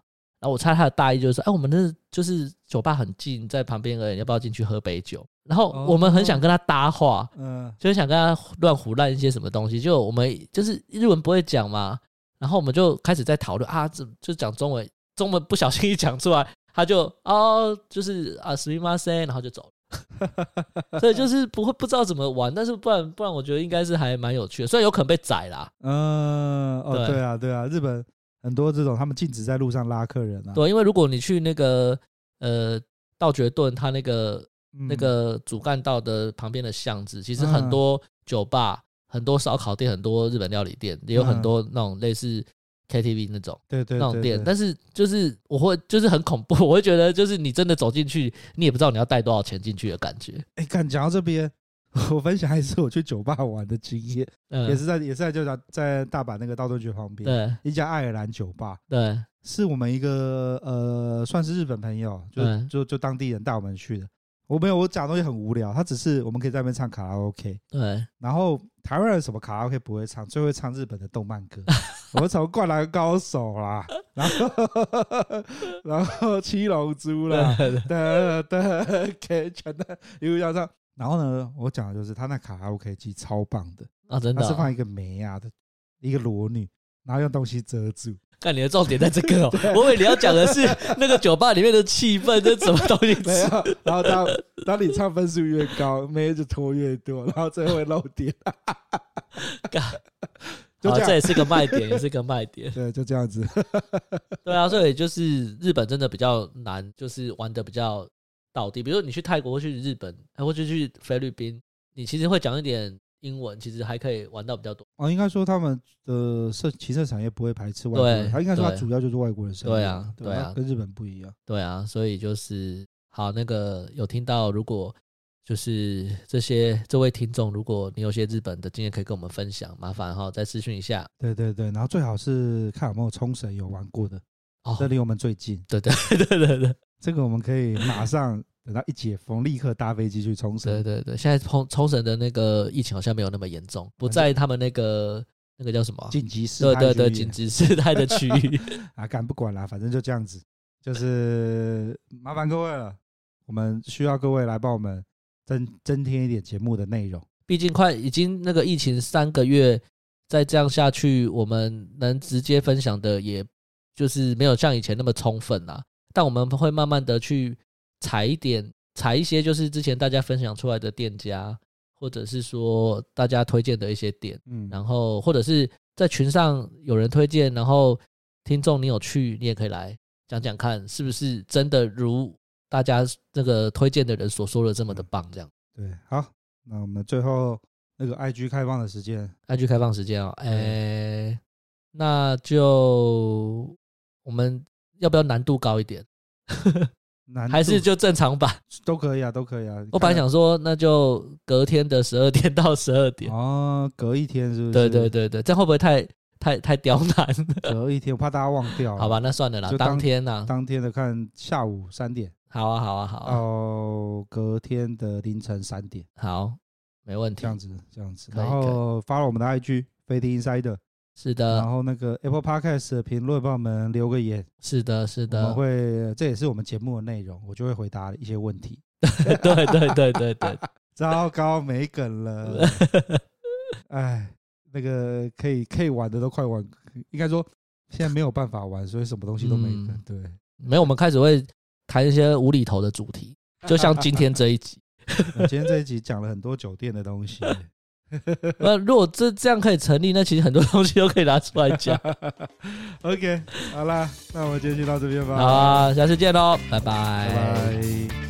[SPEAKER 2] 然后我猜他的大意就是说，哎，我们那就是酒吧很近，在旁边而已，要不要进去喝杯酒？然后我们
[SPEAKER 1] 哦
[SPEAKER 2] 很想跟他搭话，
[SPEAKER 1] 嗯
[SPEAKER 2] 就是想跟他乱胡乱一些什么东西，就我们就是日文不会讲嘛，然后我们就开始在讨论啊，这就讲中文，中文不小心一讲出来，他就哦，就是啊，すみません，然后就走了。所以就是不会不知道怎么玩，但是不然不然，我觉得应该是还蛮有趣的，虽然有可能被宰啦，
[SPEAKER 1] 嗯哦
[SPEAKER 2] 对
[SPEAKER 1] 对啊对啊，日本很多这种他们禁止在路上拉客人啊，
[SPEAKER 2] 对，因为如果你去那个呃道觉顿，他那个
[SPEAKER 1] 嗯
[SPEAKER 2] 那个主干道的旁边的巷子，其实很多酒吧、很多烧烤店、很多日本料理店，也有很多那种类似 KTV 那种
[SPEAKER 1] 对嗯对
[SPEAKER 2] 那种店。
[SPEAKER 1] 但
[SPEAKER 2] 但是就是我会就是很恐怖，我会觉得就是你真的走进去，你也不知道你要带多少钱进去的感觉。
[SPEAKER 1] 哎，看讲到这边，我分享一次我去酒吧玩的经验，
[SPEAKER 2] 嗯，
[SPEAKER 1] 也是在也是在就在在大阪那个道顿崛旁边
[SPEAKER 2] 对
[SPEAKER 1] 一家爱尔兰酒吧，
[SPEAKER 2] 对
[SPEAKER 1] 是我们一个呃算是日本朋友，就、
[SPEAKER 2] 嗯
[SPEAKER 1] 就就当地人带我们去的。我没有，我讲的东西很无聊，他只是我们可以在那边唱卡拉 OK，
[SPEAKER 2] 对，
[SPEAKER 1] 然后台湾人什么卡拉 OK 不会唱，最会唱日本的动漫 歌。我们从《灌篮高手》啦， 然后 然后《七龙珠》啦，的的给全的一路要上。然后呢，我讲的就是他那卡拉 OK 机超棒的，
[SPEAKER 2] 啊，真
[SPEAKER 1] 他
[SPEAKER 2] 的
[SPEAKER 1] 是
[SPEAKER 2] 哦、
[SPEAKER 1] 放一个梅亚的一个裸女，然后用东西遮 住。
[SPEAKER 2] 看你的重点在这 个、哦，我以为你要讲的是那个酒吧里面的气氛，这什么东西？
[SPEAKER 1] 没有，然后当当你唱分数越高，妹就拖越多，然后最后会漏点。 就
[SPEAKER 2] 好，
[SPEAKER 1] 这
[SPEAKER 2] 这
[SPEAKER 1] 样，
[SPEAKER 2] 也是个卖点，也是个卖点。
[SPEAKER 1] 对，就这样子。
[SPEAKER 2] 对啊，所以就是日本真的比较难，就是玩的比较到底。比如你去泰国或去日本，哎或者去菲律宾，你其实会讲一点英文，其实还可以玩到比较多。
[SPEAKER 1] 哦，应该说他们的设汽车产业不会排斥外国人，
[SPEAKER 2] 对
[SPEAKER 1] 他应该说他
[SPEAKER 2] 对
[SPEAKER 1] 主要就是外国人生意。
[SPEAKER 2] 对啊
[SPEAKER 1] 吧
[SPEAKER 2] 对啊
[SPEAKER 1] 跟日本不一样。
[SPEAKER 2] 对啊，所以就是好那个有听到，如果就是这些这位听众，如果你有些日本的经验可以跟我们分享，麻烦哈再私讯一下
[SPEAKER 1] 对对对，然后最好是看有没有冲绳有玩过的，
[SPEAKER 2] 哦。
[SPEAKER 1] 这离我们最近。
[SPEAKER 2] 对对对对对
[SPEAKER 1] 这个我们可以马上等到一解封，立刻搭飞机去冲
[SPEAKER 2] 对
[SPEAKER 1] 绳。
[SPEAKER 2] 对对，现在冲冲绳的那个疫情好像没有那么严重，不在他们那个那个叫什么啊？
[SPEAKER 1] 紧急事
[SPEAKER 2] 对
[SPEAKER 1] 态
[SPEAKER 2] 对对，
[SPEAKER 1] 区域
[SPEAKER 2] 紧急事态的区域。
[SPEAKER 1] 啊，敢不管啦，反正就这样子，就是麻烦各位了，我们需要各位来帮我们增增添一点节目的内容。
[SPEAKER 2] 毕竟快已经那个疫情三个月，再这样下去，我们能直接分享的也就是没有像以前那么充分啦、但我们会慢慢的去采一点采一些就是之前大家分享出来的店家，或者是说大家推荐的一些店，
[SPEAKER 1] 嗯，
[SPEAKER 2] 然后或者是在群上有人推荐，然后听众你有去，你也可以来讲讲看，是不是真的如大家那个推荐的人所说的这么的棒？这样
[SPEAKER 1] 对，好，那我们最后那个 IG 开放的时间，
[SPEAKER 2] ，IG 开放时间
[SPEAKER 1] 嗯
[SPEAKER 2] 哦，哎，那就我们要不要难度高一点，
[SPEAKER 1] 难
[SPEAKER 2] 还是
[SPEAKER 1] 度
[SPEAKER 2] 就正常版？
[SPEAKER 1] 都可以啊，都可以啊。
[SPEAKER 2] 我本来
[SPEAKER 1] 看
[SPEAKER 2] 想说，那就隔天的十二点到十二点
[SPEAKER 1] 到，哦，隔一天是不是？
[SPEAKER 2] 对对，对对，这样会不会太太太刁难？
[SPEAKER 1] 隔一天，我怕大家忘掉。
[SPEAKER 2] 好吧，，那算了啦
[SPEAKER 1] 哦就，当
[SPEAKER 2] 当天呐，
[SPEAKER 1] 当哦天的看下午三点
[SPEAKER 2] 好啊，好啊，好啊，
[SPEAKER 1] 到隔天的凌晨三点，
[SPEAKER 2] 好，没问题
[SPEAKER 1] 这。样子这样子。
[SPEAKER 2] 可以呃
[SPEAKER 1] 然后发了我们的 IG 飞碟 Insider，
[SPEAKER 2] 是
[SPEAKER 1] 然
[SPEAKER 2] 的，
[SPEAKER 1] 后那个 Apple Podcast 的评论帮我们留个言，
[SPEAKER 2] 是的，是
[SPEAKER 1] 我们
[SPEAKER 2] 的，
[SPEAKER 1] 会这也是我们节目的内容，我就会回答一些问题。
[SPEAKER 2] 对对对对对，
[SPEAKER 1] 糟糕，没梗 了。哎，那个可以可以玩的都快玩，应该说现在没有办法玩，所以什么东西都没梗。
[SPEAKER 2] 嗯
[SPEAKER 1] 对，
[SPEAKER 2] 没有，我们开始会谈一些无厘头的主题，就像今天这一集。
[SPEAKER 1] 我今天这一集讲了很多酒店的东 西，
[SPEAKER 2] 那如果这这样可以成立，那其实很多东西都可以拿出来 讲。
[SPEAKER 1] OK，好啦，那我们今天就到这边吧。
[SPEAKER 2] 好，啊，下次见喽，拜
[SPEAKER 1] 拜拜。